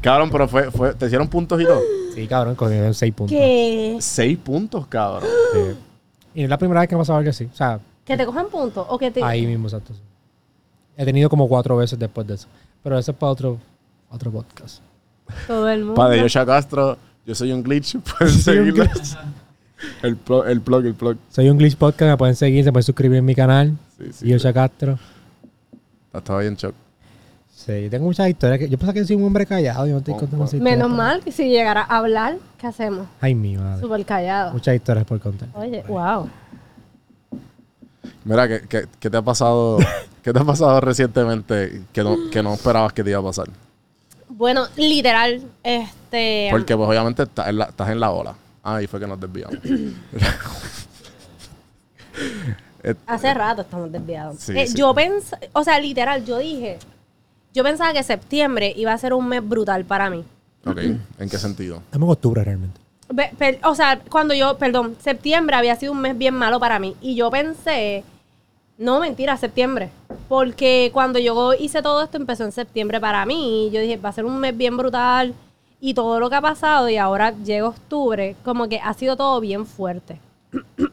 cabrón, pero fue, fue, te hicieron puntos y todo. Sí, cabrón, cogieron seis puntos. Que, Seis puntos, cabrón. Sí. Y es la primera vez que me ha pasado algo así. O sea, que te cojan puntos. O que te. ahí mismo, exacto. sí. He tenido como cuatro veces después de eso. Pero eso es para otro, otro podcast. Todo el mundo. Para de Joshua Castro, yo soy un glitch. [LAUGHS] Pueden Soy un seguirlos. [LAUGHS] El, pro- el plug, el plug. Soy un Glitch Podcast, me pueden seguir, se pueden suscribir en mi canal. Sí, sí. Yosha Castro. Estaba bien shock. Sí, yo tengo muchas historias. que- yo pensaba que soy un hombre callado. Yo no estoy Oh, contando wow. esas historias, Menos pero- mal que si llegara a hablar, ¿qué hacemos? Ay, mi madre. Súper callado. Muchas historias por contar. Oye, wow. Mira, ¿qué, qué, qué te ha pasado? ¿Qué te ha pasado recientemente que no, que no esperabas que te iba a pasar? Bueno, literal, este. Porque pues obviamente estás en la, estás en la ola. Ahí fue que nos desviamos. Et- Hace rato estamos desviados. Sí, Eh, sí. Yo pensé, o sea, literal, yo dije, yo pensaba que septiembre iba a ser un mes brutal para mí. ok, ¿en qué sentido? Estamos en octubre realmente. Ve- per- o sea, cuando yo, perdón, septiembre había sido un mes bien malo para mí. Y yo pensé, no, mentira, septiembre. Porque cuando yo hice todo esto empezó en septiembre para mí. Y yo dije, va a ser un mes bien brutal. Y todo lo que ha pasado y ahora llega octubre, como que ha sido todo bien fuerte. [CLEARS THROAT]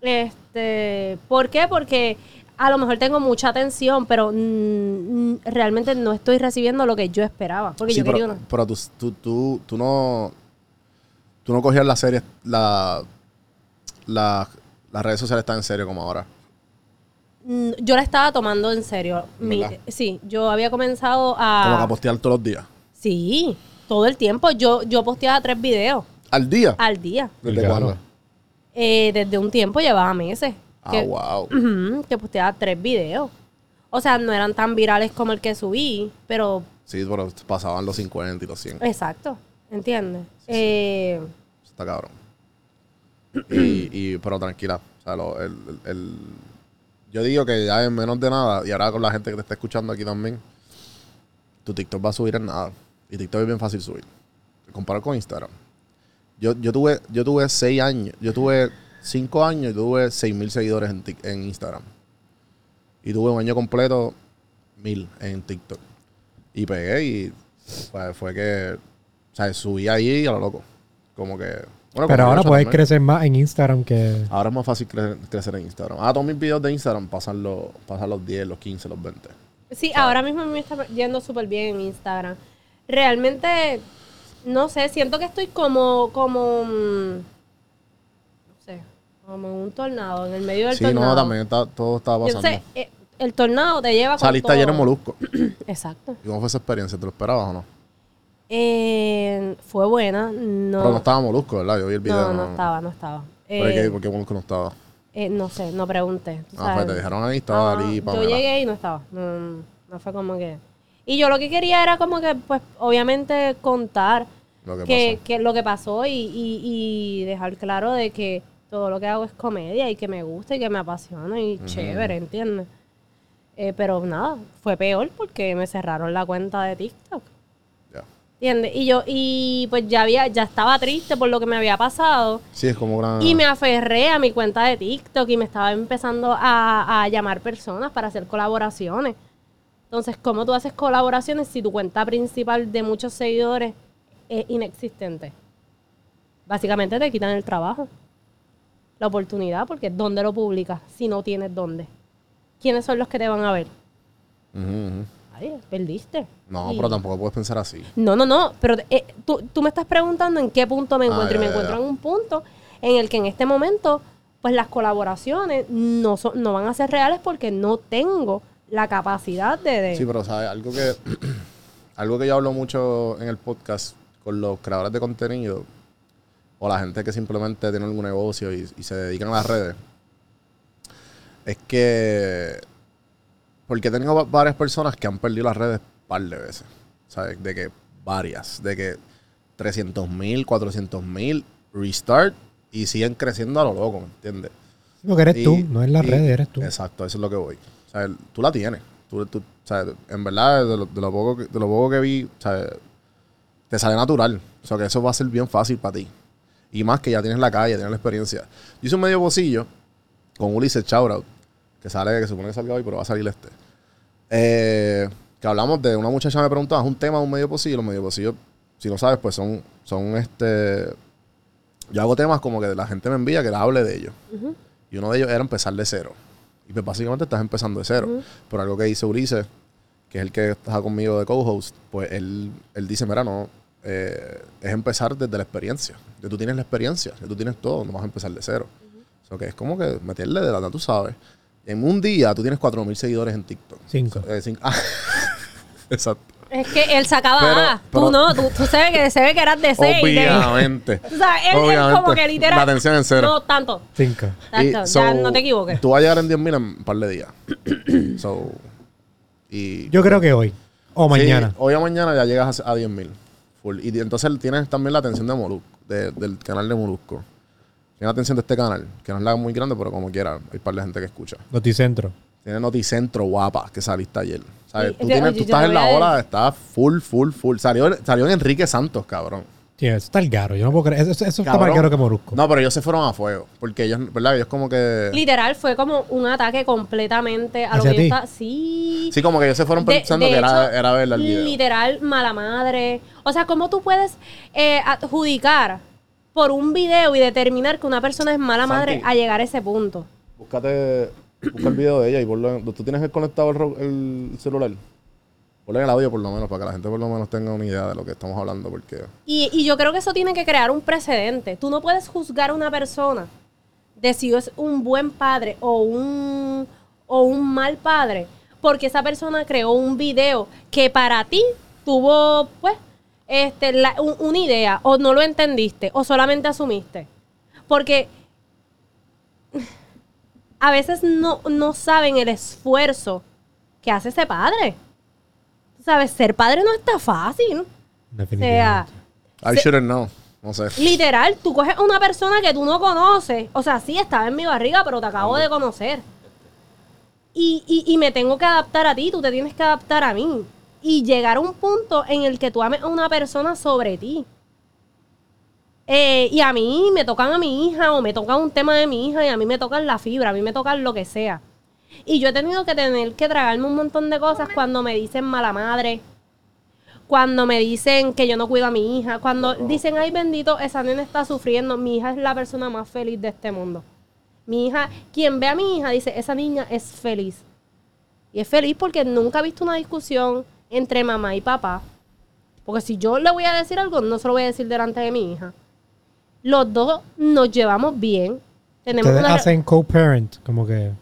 Este, ¿por qué? Porque a lo mejor tengo mucha atención, pero mm, mm, realmente no estoy recibiendo lo que yo esperaba. Porque Sí, yo quería pero, una- pero tú, tú, tú, tú no... Tú no cogías la serie... La, la- las redes sociales están en serio como ahora. Mm, Yo la estaba tomando en serio. Mi- ¿Verdad? sí, yo había comenzado Como que a. a postear todos los días. sí, todo el tiempo. Yo, yo posteaba tres videos ¿Al día? al día. ¿Desde Claro. cuándo? Eh, desde un tiempo llevaba meses. Ah, que, wow. [CLEARS THROAT] Ujú, que posteaba tres videos. O sea, no eran tan virales como el que subí, pero Sí, pero pasaban los 50 y los 100. exacto. ¿Entiendes? Eh, Está cabrón. y, [CLEARS THROAT] y- pero tranquila. O sea, lo- el, el- el- yo digo que ya en menos de nada, y ahora con la gente que te está escuchando aquí también, tu TikTok va a subir en nada. Y TikTok es bien fácil subir. Comparado con Instagram. Yo, yo tuve, yo tuve seis años, yo tuve cinco años y tuve seis mil seguidores en, Tik- en Instagram. Y tuve un año completo mil en TikTok. Y pegué y pues, fue que, o sea, subí ahí a lo loco. Como que Bueno, Pero como ahora yo, puedes también. crecer más en Instagram que. Ahora es más fácil cre- crecer en Instagram. Ah, todos mis videos de Instagram pasan los, pasan los 10, los 15, los 20. Sí, ahora mismo me está yendo súper bien en Instagram. Realmente, no sé, siento que estoy como, como, mm, no sé, como en un tornado, en el medio del Sí, tornado. no, también está- todo estaba Yo pasando. sé, eh, el tornado te lleva con Saliste todo. ayer en Molusco. Exacto. ¿Y cómo fue esa experiencia? ¿Te lo esperabas o no? Eh, fue buena, no. Pero no estaba Molusco, ¿verdad? Yo vi el video. no, no estaba, no estaba. ¿Por, Eh, qué, por qué Molusco no estaba? eh, no sé, no pregunté. tú Ah, sabes. fue, te dijeron ahí, estaba Ajá, Ali, Yo Pamela. llegué y no estaba. No, no, no, no fue como que. Y yo lo que quería era como que, pues, obviamente contar Lo que que, pasó. que lo que pasó y, y- y dejar claro de que todo lo que hago es comedia y que me gusta y que me apasiona y chévere, ¿entiendes? Eh, pero nada, fue peor porque me cerraron la cuenta de TikTok. Ya. ¿Entiendes? Y yo, y pues ya había, ya estaba triste por lo que me había pasado. Sí, es como una. Y me aferré a mi cuenta de TikTok y me estaba empezando a, a llamar personas para hacer colaboraciones. Entonces, ¿cómo tú haces colaboraciones si tu cuenta principal de muchos seguidores es inexistente? Básicamente te quitan el trabajo, la oportunidad, porque ¿dónde lo publicas si no tienes dónde? ¿Quiénes son los que te van a ver? Ujú, ujú. Nadie, perdiste. No, Y- pero tampoco puedes pensar así. no, no, no, pero eh, tú, tú me estás preguntando en qué punto me Ah, encuentro y ya, me ya, encuentro ya. en un punto en el que en este momento pues las colaboraciones no, son, no van a ser reales porque no tengo la capacidad de... de- Sí, pero ¿sabes? Algo que, [CLEARS THROAT] algo que yo hablo mucho en el podcast con los creadores de contenido o la gente que simplemente tiene algún negocio y, y se dedican a las redes es que porque tengo va- varias personas que han perdido las redes par de veces, ¿sabes? De que varias, de que 300 mil, 400 mil, restart y siguen creciendo a lo loco, ¿me entiendes? Sí, Porque eres Y- tú, no es la y- red, eres tú. Exacto, eso es lo que voy. O sea, el- tú la tienes. Tú, tú- o sea, en verdad, de lo, de lo poco que, de lo poco que vi, o sea, te sale natural. O sea, que eso va a ser bien fácil para ti. Y más que ya tienes la calle, tienes la experiencia. Yo hice un medio bocillo con Ulises Chaurau, que sale, que supone que salga hoy, pero va a salir este. Eh, que hablamos de una muchacha me preguntaba, ¿es un tema de un medio bocillo? Los medio bocillos, si no sabes, pues son, son este. Yo hago temas como que la gente me envía que la hable de ellos. Y uno de ellos era empezar de cero. Y pues básicamente estás empezando de cero. Pero algo que dice Ulises, que es el que está conmigo de co-host, pues él, él dice, mira, no, eh, es empezar desde la experiencia. Ya tú tienes la experiencia, ya tú tienes todo, no vas a empezar de cero. O sea, que es como que meterle de la tú sabes. En un día tú tienes 4.000 seguidores en TikTok. Cinco. Eh, cinco. Ah, [LAUGHS] Exacto. Es que él sacaba Pero- A, pero- tú no, tú, tú sabes que se ve que eras de 6. [LAUGHS] Obviamente. O sea, él- él como que literal- La atención en cero. No, tanto. Cinco. Y, Tanto, so, ya no te equivoques. Tú vas a llegar en 10.000 en un par de días. [CLEARS THROAT] So, y Yo creo que hoy. O Sí, mañana. hoy o mañana ya llegas a, a 10.000. Full. Y di- entonces tienes también la atención de Molusco, de- del canal de Molusco. Tienes la atención de este canal, que no es la muy grande, pero como quiera, hay par de gente que escucha. Noticentro. Tienes Noticentro guapa, que saliste ayer. ¿Sabes? Sí, tú, yo- tienes- tú yo- yo estás te en voy la a ola, estás full, full, full. Salió, salió en Enrique Santos, cabrón. Sí, eso está el garo. Yo no puedo creer. Eso, eso- eso está Cabrón. más caro que Molusco. No, pero ellos se fueron a fuego. Porque ellos, ¿verdad? Ellos como que... Literal, fue como un ataque completamente a lo ¿Hacia que yo ti? estaba... Sí. Sí, como que ellos se fueron De- pensando de que era, hecho, era verdad el video. Literal, mala madre. O sea, ¿cómo tú puedes eh, adjudicar por un video y determinar que una persona es mala Santi. madre a llegar a ese punto? Búscate, busca el video de ella y ponlo en- ¿Tú tienes conectado el, ro- el celular? Ponle el audio por lo menos, para que la gente por lo menos tenga una idea de lo que estamos hablando, porque... Y, y yo creo que eso tiene que crear un precedente. Tú no puedes juzgar a una persona de si es un buen padre o un, o un mal padre, porque esa persona creó un video que para ti tuvo, pues, este, la- un- una idea, o no lo entendiste, o solamente asumiste. Porque a veces no, no saben el esfuerzo que hace ese padre. Tú ¿Sabes? Ser padre no está fácil. O sea, Definitivamente. I Se- shouldn't know. No sé. literal, tú coges a una persona que tú no conoces. O sea, sí, estaba en mi barriga, pero te acabo de conocer. Y, y- y me tengo que adaptar a ti, tú te tienes que adaptar a mí. Y llegar a un punto en el que tú ames a una persona sobre ti. Eh, y a mí me tocan a mi hija o me tocan un tema de mi hija y a mí me tocan la fibra, a mí me tocan lo que sea. Y yo he tenido que tener que tragarme un montón de cosas cuando me dicen mala madre, cuando me dicen que yo no cuido a mi hija, cuando dicen, ay bendito, esa nena está sufriendo, mi hija es la persona más feliz de este mundo. Mi hija, quien ve a mi hija dice, esa niña es feliz. Y es feliz porque nunca ha visto una discusión entre mamá y papá. Porque si yo le voy a decir algo, no se lo voy a decir delante de mi hija. Los dos nos llevamos bien. Tenemos Ustedes una re- hacen co-parent, como que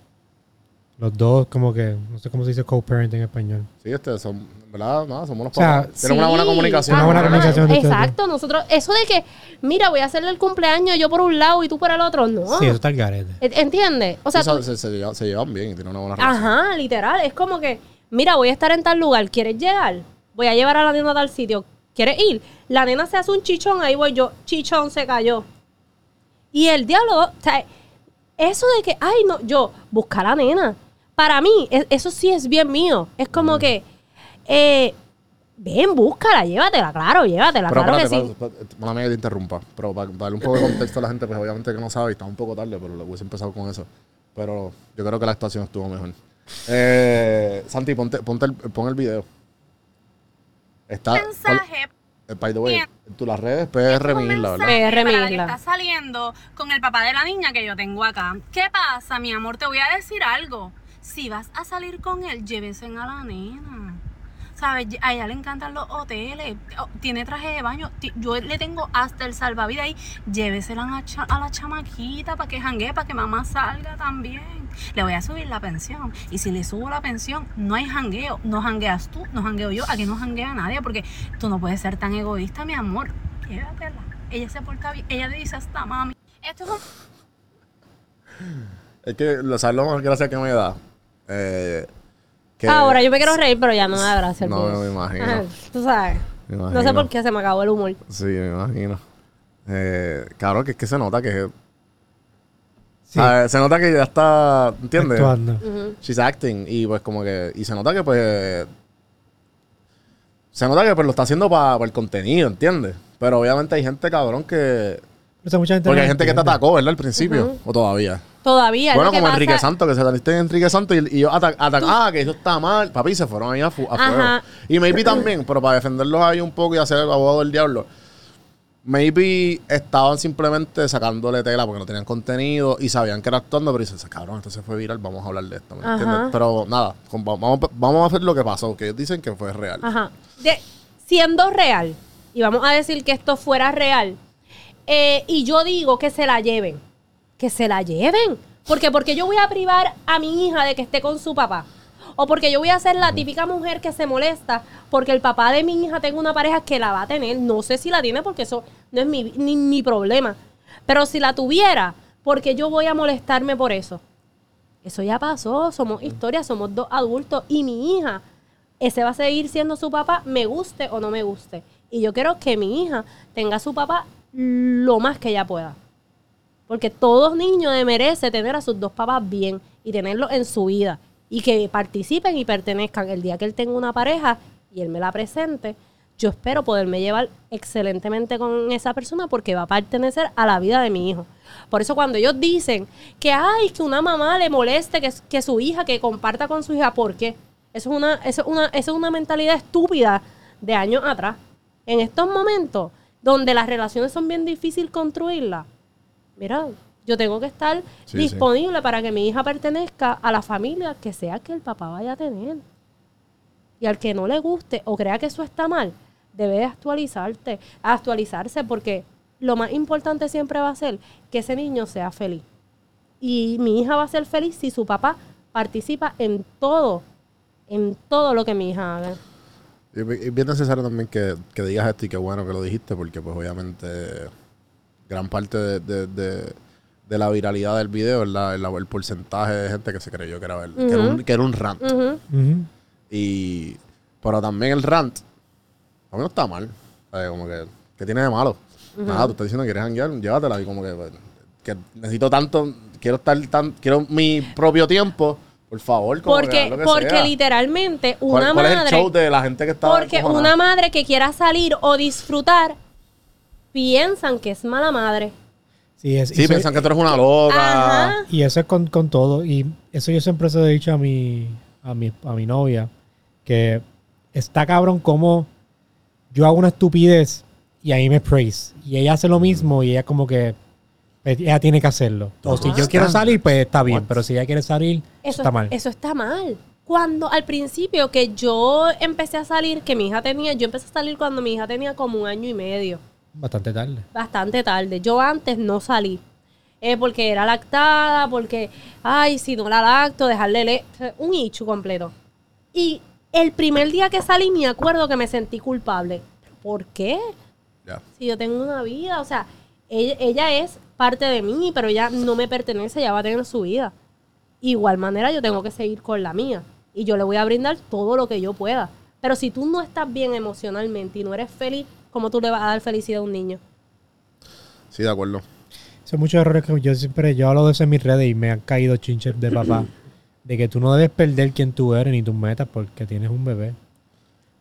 los dos, como que, no sé cómo se dice co-parent en español. Sí, ustedes son, ¿verdad? No, somos los O sea, papás. Tienen una buena Sí, Ah, comunicación. Una buena comunicación de ustedes Exacto, nosotros, eso de que, mira, voy a hacerle el cumpleaños yo por un lado y tú por el otro, no. Sí, eso está el garete. E- ¿Entiendes? O sea, Sí, se- tú- se, se llevan, se llevan bien y tienen una buena relación. ajá, literal, es como que, mira, voy a estar en tal lugar, ¿quieres llegar? Voy a llevar a la nena a tal sitio, ¿quieres ir? La nena se hace un chichón, ahí voy yo, chichón se cayó. Y el diálogo, o sea, eso de que, ay, no, yo, busca a la nena. Para mí, e- eso sí es bien mío. Es Mm. como que, eh, ven, búscala, llévatela, claro, llévatela, Pero claro espérate, que sí. espérate, espérate, mala mía que te interrumpa. Pero para, para darle un poco de contexto a la gente, pues obviamente que no sabe y está un poco tarde, pero lo hubiese empezado con eso. Pero yo creo que la actuación estuvo mejor. Eh, Santi, ponte, ponte el, pon el video. Está. pon- mensaje eh, by the way, tú las redes PR un mi isla, ¿verdad? mensaje PR, mi para la que isla. está saliendo con el papá de la niña que yo tengo acá. ¿Qué pasa, mi amor? Te voy a decir algo. Si vas a salir con él, llévesen a la nena. ¿Sabes? A ella le encantan los hoteles. Oh, Tiene traje de baño. Ti- Yo le tengo hasta el salvavidas ahí. Llévesela a, la cha- a la chamaquita para que jangue, para que mamá salga también. Le voy a subir la pensión. Y si le subo la pensión, no hay jangueo. No jangueas tú, no jangueo yo. Aquí no janguea nadie porque tú no puedes ser tan egoísta, mi amor. Llévatela. Ella se porta bien. Ella le dice hasta mami. Esto es un Es que lo sabes lo más gracia que me da. Eh, que- Ahora yo me quiero reír, pero ya no me da gracia. el No, video. me imagino. Ajá, Tú sabes. Me No sé imagino. por qué se me acabó el humor. Sí, me imagino. Eh, cabrón, que es que se nota que. Sí, Ah, se nota que ya está. ¿Entiendes? actuando. Ujú. She's acting. Y pues como que. Y se nota que pues. Se nota que pues lo está haciendo para el contenido, ¿entiendes? Pero obviamente hay gente, cabrón, que. O sea, mucha gente Porque no hay gente que te entiende. atacó, ¿verdad? Al principio. O todavía. Todavía. es Bueno, lo que como Enrique pasa- Santo, que se saliste de Enrique Santo y, y yo ata- ata- ah, que eso está mal. Papi, se fueron ahí a, fu- a Ajá. fuego. Y maybe también, pero para defenderlos ahí un poco y hacer el abogado del diablo. Maybe estaban simplemente sacándole tela porque no tenían contenido y sabían que era actuando, pero dicen, cabrón, esto se fue viral, vamos a hablar de esto, ¿me Ajá. entiendes? Pero nada, con- vamos, vamos a hacer lo que pasó, que ellos dicen que fue real. Ajá. De- siendo real, y vamos a decir que esto fuera real, eh, y yo digo que se la lleven. Que se la lleven. Porque porque yo voy a privar a mi hija de que esté con su papá. O porque yo voy a ser la típica mujer que se molesta porque el papá de mi hija tenga una pareja que la va a tener. No sé si la tiene porque eso no es mi, ni mi problema. Pero si la tuviera, porque yo voy a molestarme por eso. Eso ya pasó, somos historia, somos dos adultos y mi hija, ese va a seguir siendo su papá, me guste o no me guste. Y yo quiero que mi hija tenga a su papá lo más que ella pueda. Porque todo niño de- merece tener a sus dos papás bien y tenerlos en su vida y que participen y pertenezcan. El día que él tenga una pareja y él me la presente, yo espero poderme llevar excelentemente con esa persona porque va a pertenecer a la vida de mi hijo. Por eso cuando ellos dicen que ay, que una mamá le moleste que, que su hija que comparta con su hija, ¿por qué? Eso es una, eso es una, eso es una mentalidad estúpida de años atrás. En estos momentos donde las relaciones son bien difíciles construirlas, mira, yo tengo que estar Sí, disponible para que mi hija pertenezca a la familia que sea que el papá vaya a tener. Y al que no le guste o crea que eso está mal, debe de actualizarte, actualizarse porque lo más importante siempre va a ser que ese niño sea feliz. Y mi hija va a ser feliz si su papá participa en todo, en todo lo que mi hija haga. Y es bien necesario también que, que digas esto y qué bueno que lo dijiste, porque pues obviamente gran parte de, de- de- de la viralidad del video es la- el, el porcentaje de gente que se creyó que era verdad, que, era un, que era un rant. Ujú. Ujú. Y pero también el rant, a mí no está mal. O sea, como que, ¿qué tiene de malo? Nada, tú estás diciendo que quieres hanguear, llévatela. Y como que, pues, que necesito tanto, quiero estar tan, quiero mi propio tiempo, por favor, como que haz Porque, lo que porque sea. literalmente ¿Cuál- una cuál es el madre... show de la gente que está Porque encojonada? una madre que quiera salir o disfrutar piensan que es mala madre. Sí, es, y Sí, eso- piensan que tú eres una loca. Ajá. Y eso es con, con todo. Y eso yo siempre se lo he dicho a mi, a mi, a mi novia. Que está cabrón como yo hago una estupidez y ahí me praise. Y ella hace lo mismo y ella como que pues, ella tiene que hacerlo. O si yo quiero salir, pues está bien. Pero si ella quiere salir, Eso está mal. Eso está mal. Cuando al principio que yo empecé a salir, que mi hija tenía, yo empecé a salir cuando mi hija tenía como un año y medio, Bastante tarde. bastante tarde. Yo antes no salí. eh, porque era lactada, porque, ay, si no la lacto, dejarle le un hicho completo. Y el primer día que salí, me acuerdo que me sentí culpable. ¿Por qué? Ya. si yo tengo una vida, o sea, ella, ella es parte de mí, pero ella no me pertenece, ella va a tener su vida. Igual manera yo tengo que seguir con la mía y yo le voy a brindar todo lo que yo pueda. Pero si tú no estás bien emocionalmente y no eres feliz, ¿cómo tú le vas a dar felicidad a un niño? Sí, de acuerdo. Son muchos errores que yo siempre, yo hablo de eso en mis redes y me han caído chinches [LAUGHS] de papá. De que tú no debes perder quien tú eres ni tus metas porque tienes un bebé.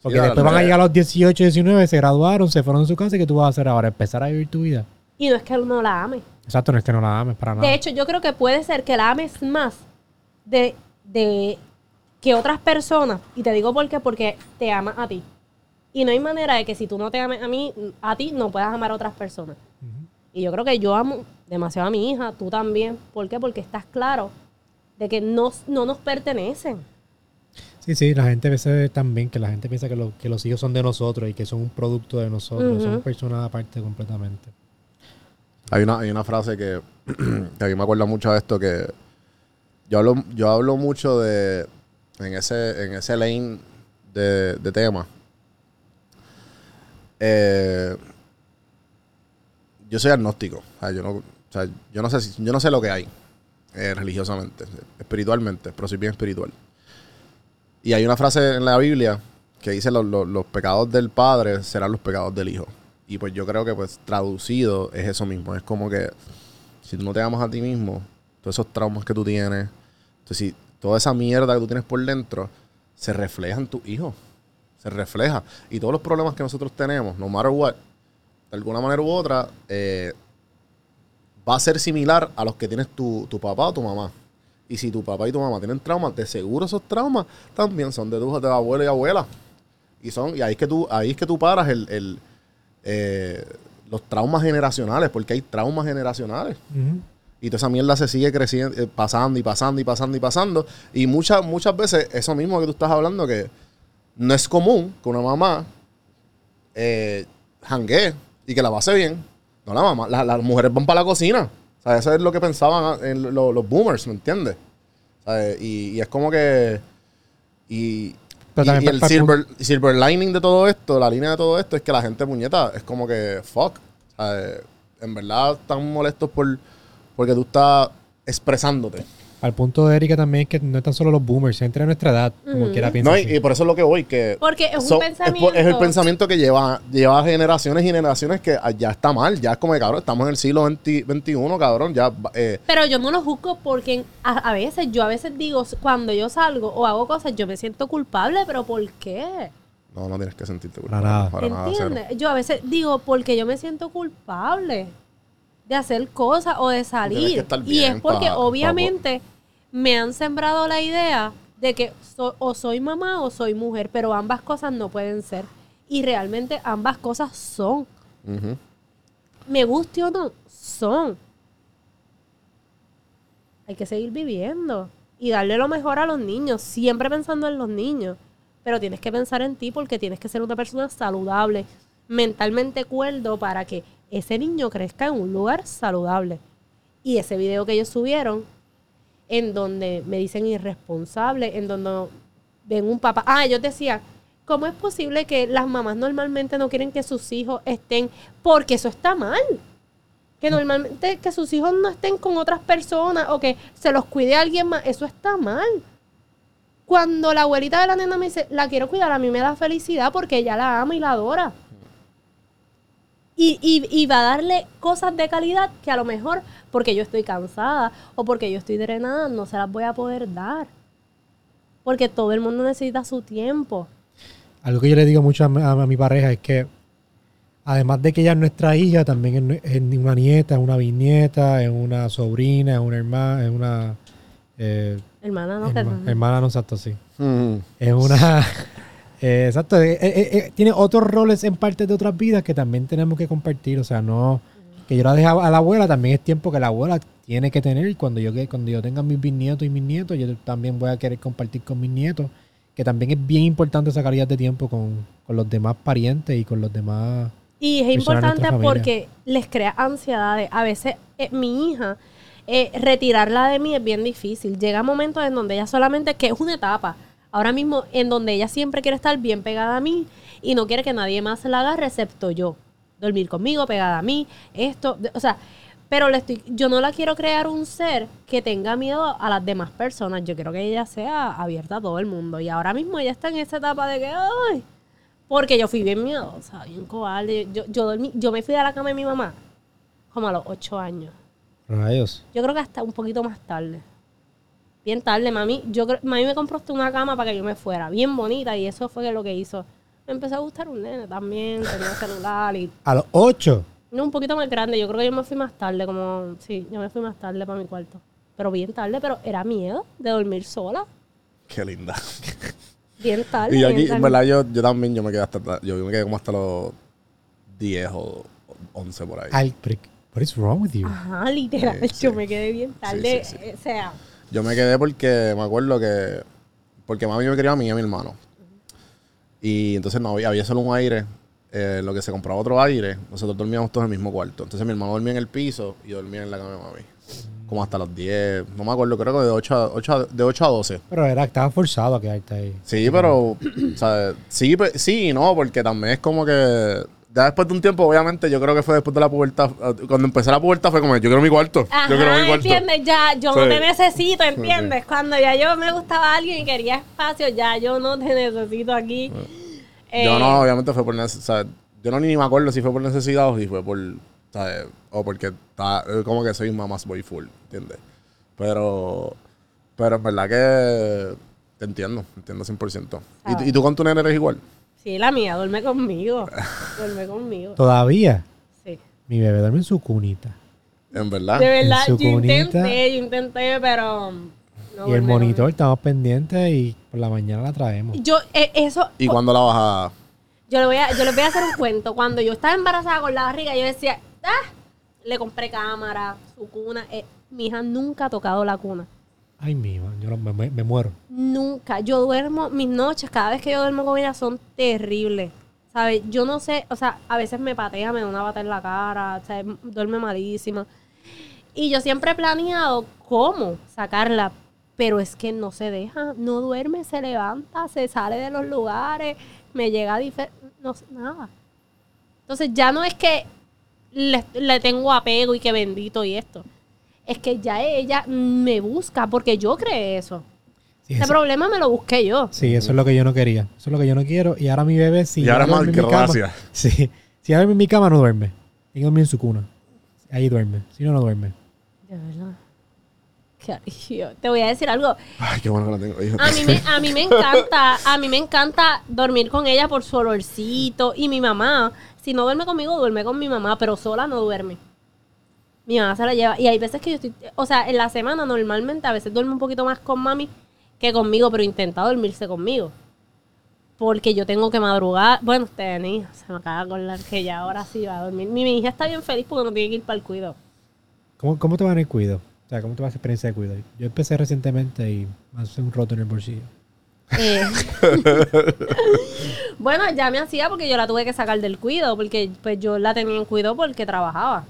Porque Sí, después dale. van a llegar a los 18, 19, se graduaron, se fueron a su casa y ¿qué tú vas a hacer ahora? Empezar a vivir tu vida. Y no es que uno la ame. Exacto, no es que no la ames Ah. para nada. De hecho, yo creo que puede ser que la ames más de, de que otras personas. Y te digo por qué, porque te amas a ti. Y no hay manera de que si tú no te ames a mí, a ti no puedas amar a otras personas. Y yo creo que yo amo demasiado a mi hija, tú también. ¿Por qué? Porque estás claro de que no, no nos pertenecen. Sí, sí, la gente a veces también, que la gente piensa que, lo- que los hijos son de nosotros y que son un producto de nosotros, Ujú. son personas aparte completamente. Hay una, hay una frase que, [CLEARS THROAT] que a mí me acuerda mucho de esto que yo hablo, yo hablo mucho de en ese, en ese lane de, de tema. Eh, yo soy agnóstico. O sea, yo no, o sea, yo no sé si- yo no sé lo que hay eh, religiosamente, espiritualmente, pero soy bien espiritual. Y hay una frase en la Biblia que dice "Lo- lo- los pecados del padre serán los pecados del hijo. Y pues yo creo que pues traducido es eso mismo. Es como que si tú no te amas a ti mismo, todos esos traumas que tú tienes, entonces si toda esa mierda que tú tienes por dentro se refleja en tus hijos. Se refleja. Y todos los problemas que nosotros tenemos, no matter what, de alguna manera u otra, eh, va a ser similar a los que tienes tu, tu papá o tu mamá. Y si tu papá y tu mamá tienen traumas, de seguro esos traumas también son de tus de abuelo y abuela. Y son, y ahí es que tú, ahí es que tú paras el, el, eh, los traumas generacionales, porque hay traumas generacionales. Y toda esa mierda se sigue creciendo, eh, pasando y pasando y pasando y pasando. Y muchas, muchas veces, eso mismo que tú estás hablando, que no es común que una mamá eh, janguee y que la pase bien. No la mamá, la- las mujeres van para la cocina. O sea, eso es lo que pensaban eh, en lo- los boomers, ¿me entiendes? O sea, eh, Y, y es como que... Y, Pero y- también y pa- el pa- silver, silver lining de todo esto, la línea de todo esto, es que la gente puñeta es como que fuck. O sea, eh, en verdad están molestos por, porque tú estás expresándote. Al punto de Erika también es que no es tan solo los boomers, gente de nuestra edad, como Ujú. quiera piensa. No, y, así. y por eso es lo que voy, que... Porque es un so- pensamiento. por- Es, el pensamiento que lleva, lleva generaciones y generaciones que ah, ya está mal, ya es como que, cabrón, estamos en el siglo XXI, cabrón, ya... eh, Pero yo no lo juzgo porque a, a veces, yo a veces digo, cuando yo salgo o hago cosas, yo me siento culpable, pero ¿por qué? no, no tienes que sentirte Para culpable, nada. para nada, cero. ¿Entiendes? Yo a veces digo, porque yo me siento culpable de hacer cosas o de Tienes que salir. estar Y es bien porque pa- pa- obviamente me han sembrado la idea de que so- o soy mamá o soy mujer, pero ambas cosas no pueden ser. Y realmente ambas cosas son. Ujú. Me guste o no, son. Hay que seguir viviendo y darle lo mejor a los niños, siempre pensando en los niños. Pero tienes que pensar en ti porque tienes que ser una persona saludable, mentalmente cuerdo para que ese niño crezca en un lugar saludable. Y ese video que ellos subieron, en donde me dicen irresponsable, en donde ven un papá. Ah, ellos decían, ¿cómo es posible que las mamás normalmente no quieren que sus hijos estén? Porque eso está mal. Que normalmente que sus hijos no estén con otras personas o que se los cuide alguien más, eso está mal. Cuando la abuelita de la nena me dice, la quiero cuidar, a mí me da felicidad porque ella la ama y la adora. Y, y- y va a darle cosas de calidad que a lo mejor porque yo estoy cansada o porque yo estoy drenada no se las voy a poder dar. Porque todo el mundo necesita su tiempo. Algo que yo le digo mucho a, mi- a- a mi pareja es que, además de que ella es nuestra hija, también es, nue- es una nieta, es una bisnieta, es una sobrina, es una hermana, es una eh, Hermana, no te... Mm. herma- hermana, no exacto, sí. Ujú. Es una, [LAUGHS] Eh, exacto. eh, eh, eh, tiene otros roles en parte de otras vidas que también tenemos que compartir. O sea, no. Que yo la deje a a la abuela también es tiempo que la abuela tiene que tener. Y cuando yo, que- cuando yo tenga mis bisnietos y mis nietos, yo también voy a querer compartir con mis nietos. Que también es bien importante esa calidad de tiempo con, con los demás parientes y con los demás. Y es Personas de importante nuestra familia. porque les crea ansiedades. A veces eh, mi hija, eh, retirarla de mí es bien difícil. Llega momentos en donde ella solamente, que es una etapa, ahora mismo en donde ella siempre quiere estar bien pegada a mí y no quiere que nadie más la agarre excepto yo. Dormir conmigo, pegada a mí, esto, de- o sea, pero le estoy, yo no la quiero crear un ser que tenga miedo a las demás personas. Yo quiero que ella sea abierta a todo el mundo. Y ahora mismo ella está en esa etapa de que, ay, porque yo fui bien miedosa, bien cobarde. Yo, yo, dormí, yo me fui de la cama de mi mamá como a los ocho años. Rayos. Yo creo que hasta un poquito más tarde. Bien tarde, mami. Yo creo, mami me compró hasta una cama para que yo me fuera. Bien bonita y eso fue lo que hizo. Me empezó a gustar un nene también, tenía celular y... A los ocho. No, un poquito más grande. Yo creo que yo me fui más tarde, como... Sí, yo me fui más tarde para mi cuarto. Pero bien tarde, pero era miedo de dormir sola. Qué linda. Bien tarde. Y yo aquí, bien en tarde. verdad, yo, yo también yo me quedé hasta yo me quedé como hasta los 10 o 11 por ahí. Al, pero, what is wrong with you? Ajá, literal. Sí, Eh, sí. Yo me quedé bien tarde. eh, sí, sí. O sea... Yo me quedé porque me acuerdo que. Porque mami me crió a mí y a mi hermano. Y entonces no había, había solo un aire. eh, lo que se compraba otro aire, nosotros dormíamos todos en el mismo cuarto. Entonces mi hermano dormía en el piso y yo dormía en la cama de mami. Como hasta los 10, no me acuerdo, creo que de 8 a, 8 a- de 8 a 12. Pero era, estaba forzado a quedarte ahí. Sí, pero, o sea, sí, pe- sí y no, porque también es como que, ya después de un tiempo, obviamente, yo creo que fue después de la pubertad, eh, cuando empecé la pubertad fue como, yo quiero mi cuarto, Ajá, yo quiero mi cuarto. ¿entiendes? Ya, yo Sí. no te necesito, ¿entiendes? Cuando ya yo me gustaba a alguien y quería espacio, ya yo no te necesito aquí. Eh, Yo no, obviamente fue por necesidad, yo no ni me acuerdo si fue por necesidad o si fue por, ¿sabes? O porque está, eh, como que soy mamás boy full, ¿entiendes? Pero, pero en verdad que te entiendo, entiendo 100%. ¿Y, tú- Ah. ¿Y tú con tu nene eres igual? Sí, la mía, [LAUGHS] duerme conmigo. duerme conmigo. Todavía Sí. mi bebé duerme en su cunita. En De verdad. verdad, su yo cunita. intenté, yo intenté, pero. um, no y el duerme monitor estamos pendientes y por la mañana la traemos. conmigo. Yo, eh, eso. ¿Y cuándo la vas a...? Yo le voy a, yo les voy a hacer un cuento. Cuando yo estaba embarazada con la barriga, yo decía, ah, le compré cámara, su cuna. eh, mi hija nunca ha tocado la cuna. Ay, mi madre, yo no- me, me- me muero. Nunca. Yo duermo, mis noches, cada vez que yo duermo con ella son terribles. ¿Sabes? Yo no sé, o sea, a veces me patea, me da una bata en la cara, o sea, m- duerme malísima. Y yo siempre he planeado cómo sacarla, pero es que no se deja, no duerme, se levanta, se sale de los lugares, me llega a difer- no sé, nada. Entonces ya no es que le, le tengo apego y que bendito y esto. Es que ya ella me busca porque yo creé eso. Sí, Ese eso, problema me lo busqué yo. sí, eso es lo que yo no quería. Eso es lo que yo no quiero. Y ahora mi bebé, si Y ahora duerme más en mi cama- gracias. [LAUGHS] Sí. Si ahora en mi cama no duerme. Tiene que dormir en su cuna. Ahí duerme. Si no, no duerme. De verdad. Cariño, Te voy a decir algo. Ay, qué bueno que la tengo, hijo. A mí, me, a mí me encanta, a mí me encanta dormir con ella por su olorcito. Y mi mamá, si no duerme conmigo, duerme con mi mamá, pero sola no duerme. Mi mamá se la lleva. Y hay veces que yo estoy, o sea, en la semana normalmente a veces duerme un poquito más con mami que conmigo, pero intenta dormirse conmigo. Porque yo tengo que madrugar. Bueno, ustedes, ni- se me acaba con la que ya ahora sí va a dormir. Mi, mi hija está bien feliz porque no tiene que ir para el cuido. ¿Cómo, cómo te va en el cuido? O sea, ¿cómo te va esa experiencia de cuido? Yo empecé recientemente y me hace un roto en el bolsillo. Eh, bueno, ya me hacía porque yo la tuve que sacar del cuido, porque pues yo la tenía en cuido porque trabajaba.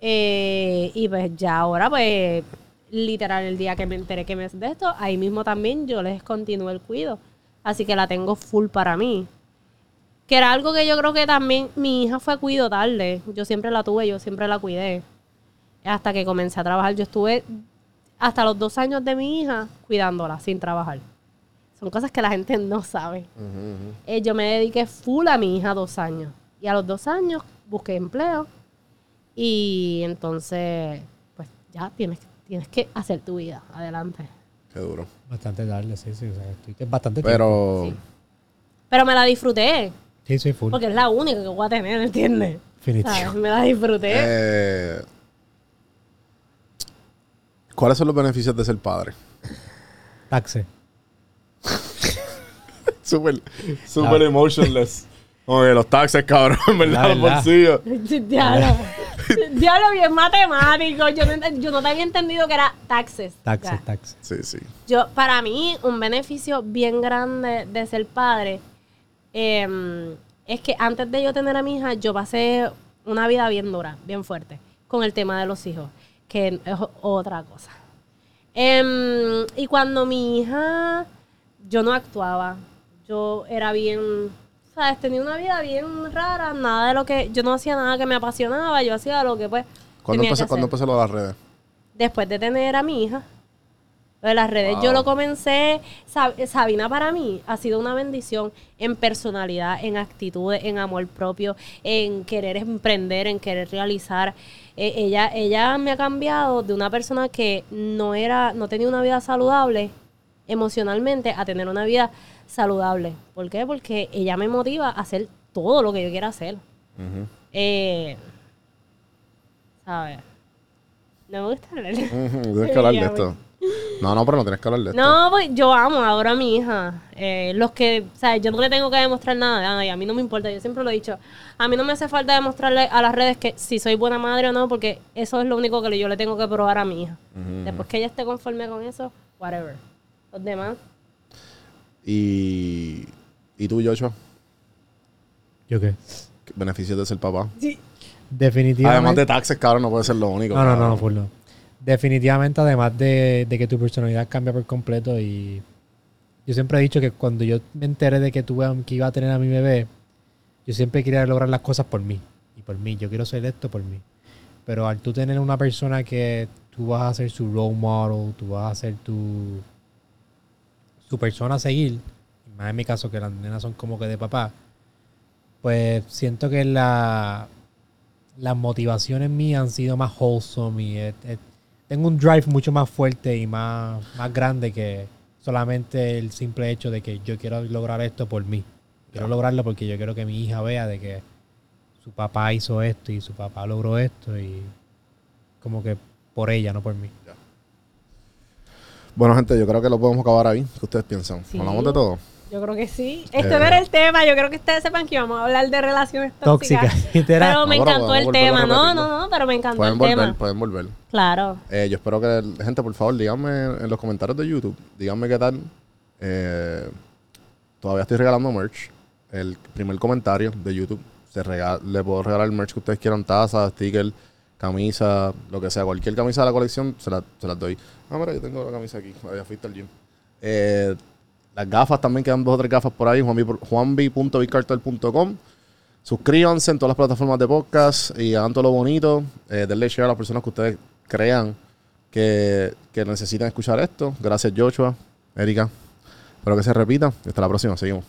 Eh, y pues ya ahora, pues, literal, el día que me enteré que me de esto, ahí mismo también yo les continué el cuido. Así que la tengo full para mí. Que era algo que yo creo que también mi hija fue a cuido tarde. Yo siempre la tuve, yo siempre la cuidé. Hasta que comencé a trabajar, yo estuve hasta los dos años de mi hija cuidándola sin trabajar. Son cosas que la gente no sabe. [LAUGHS] Ujú, ujú. Eh, yo me dediqué full a mi hija dos años. Y a los dos años busqué empleo. Y entonces, pues ya tienes, tienes que hacer tu vida. Adelante. Qué duro. Bastante tarde, sí, sí. O sea, estoy bastante tiempo. Pero... Pero me la disfruté. Sí, soy full. Porque es la única que voy a tener, ¿entiendes? Definitivo. ¿Sabes? Me la disfruté. Eh, ¿Cuáles son los beneficios de ser padre? Taxe. [LAUGHS] Súper, súper [LAUGHS] emotionless. Oye, los taxes, cabrón, en La verdad, los verdad. bolsillos. [LAUGHS] Diablo. Diablo, bien matemático. Yo no, ent- yo no te había entendido que era taxes. O Taxes, sea, taxes. Sí, sí. Yo, para mí, un beneficio bien grande de ser padre eh, es que antes de yo tener a mi hija, yo pasé una vida bien dura, bien fuerte, con el tema de los hijos, que es o- otra cosa. Em, y cuando mi hija, yo no actuaba, yo era bien, ¿sabes? Tenía una vida bien rara, nada de lo que, yo no hacía nada que me apasionaba, yo hacía lo que pues... ¿Cuándo tenía que empezó, ¿cuándo hacer empezó lo de las redes? después de tener a mi hija. Lo de las redes Wow. yo lo comencé, Sab- Sabina para mí ha sido una bendición en personalidad, en actitudes, en amor propio, en querer emprender, en querer realizar. Eh, ella, ella me ha cambiado de una persona que no era, no tenía una vida saludable emocionalmente a tener una vida saludable. ¿Por qué? Porque ella me motiva a hacer todo lo que yo quiera hacer. Eh, ¿Sabes? No me gusta hablar. Ujú, Tienes que hablar de Ya, esto. No, no, pero no tienes que hablar de esto. No, pues yo amo, adoro a mi hija. Eh, los que, o sea, yo no le tengo que demostrar nada a nadie, a mí no me importa, yo siempre lo he dicho. A mí no me hace falta demostrarle a las redes que si soy buena madre o no, porque eso es lo único que yo le tengo que probar a mi hija. Después que ella esté conforme con eso, whatever. Los demás, Y, ¿Y tú, Joshua? ¿Yo qué? ¿Qué beneficios de ser papá? Definitivamente. Además de taxes, cabrón, no puede ser lo único. No, no, no, cabrón. no, full no. Definitivamente, además de, de que tu personalidad cambia por completo y yo siempre he dicho que cuando yo me enteré de que tuve a- que iba a tener a mi bebé, yo siempre quería lograr las cosas por mí y por mí. Yo quiero ser esto por mí. Pero al tú tener una persona que tú vas a ser su role model, tú vas a ser tu su persona a seguir, y más en mi caso que las nenas son como que de papá, pues siento que la las motivaciones mías han sido más wholesome y eh, eh, tengo un drive mucho más fuerte y más, más grande que solamente el simple hecho de que yo quiero lograr esto por mí. Quiero lograrlo porque yo quiero que mi hija vea de que su papá hizo esto y su papá logró esto y como que por ella, no por mí. Bueno, gente, yo creo que lo podemos acabar ahí. ¿Qué ustedes piensan? Sí. ¿Hablamos de todo? yo creo que sí. Este Eh. no era el tema, yo creo que ustedes sepan que íbamos a hablar de relaciones tóxicas. Tóxica, [LAUGHS] literal. Pero me No, pero encantó podemos el volver Ah, a tema, no, repetirlo. no, no, pero me encantó Pueden el volver, tema. pueden volver. Claro. Eh, yo espero que, gente, por favor, díganme en los comentarios de YouTube, díganme qué tal. Eh, todavía estoy regalando merch. El primer comentario de YouTube, se rega- le puedo regalar el merch que ustedes quieran, tazas, sticker, camisa, lo que sea. Cualquier camisa de la colección, se, la- se las doy. Ah, mira, yo tengo la camisa aquí. Ya fuiste al gym. Eh, las gafas también quedan dos o tres gafas por ahí. juanbi- juanbi.bigcartel.com Suscríbanse en todas las plataformas de podcast y hagan todo lo bonito. Eh, denle share a las personas que ustedes crean que, que necesitan escuchar esto. Gracias, Joshua, Erika. Espero que se repita. Hasta la próxima. Seguimos.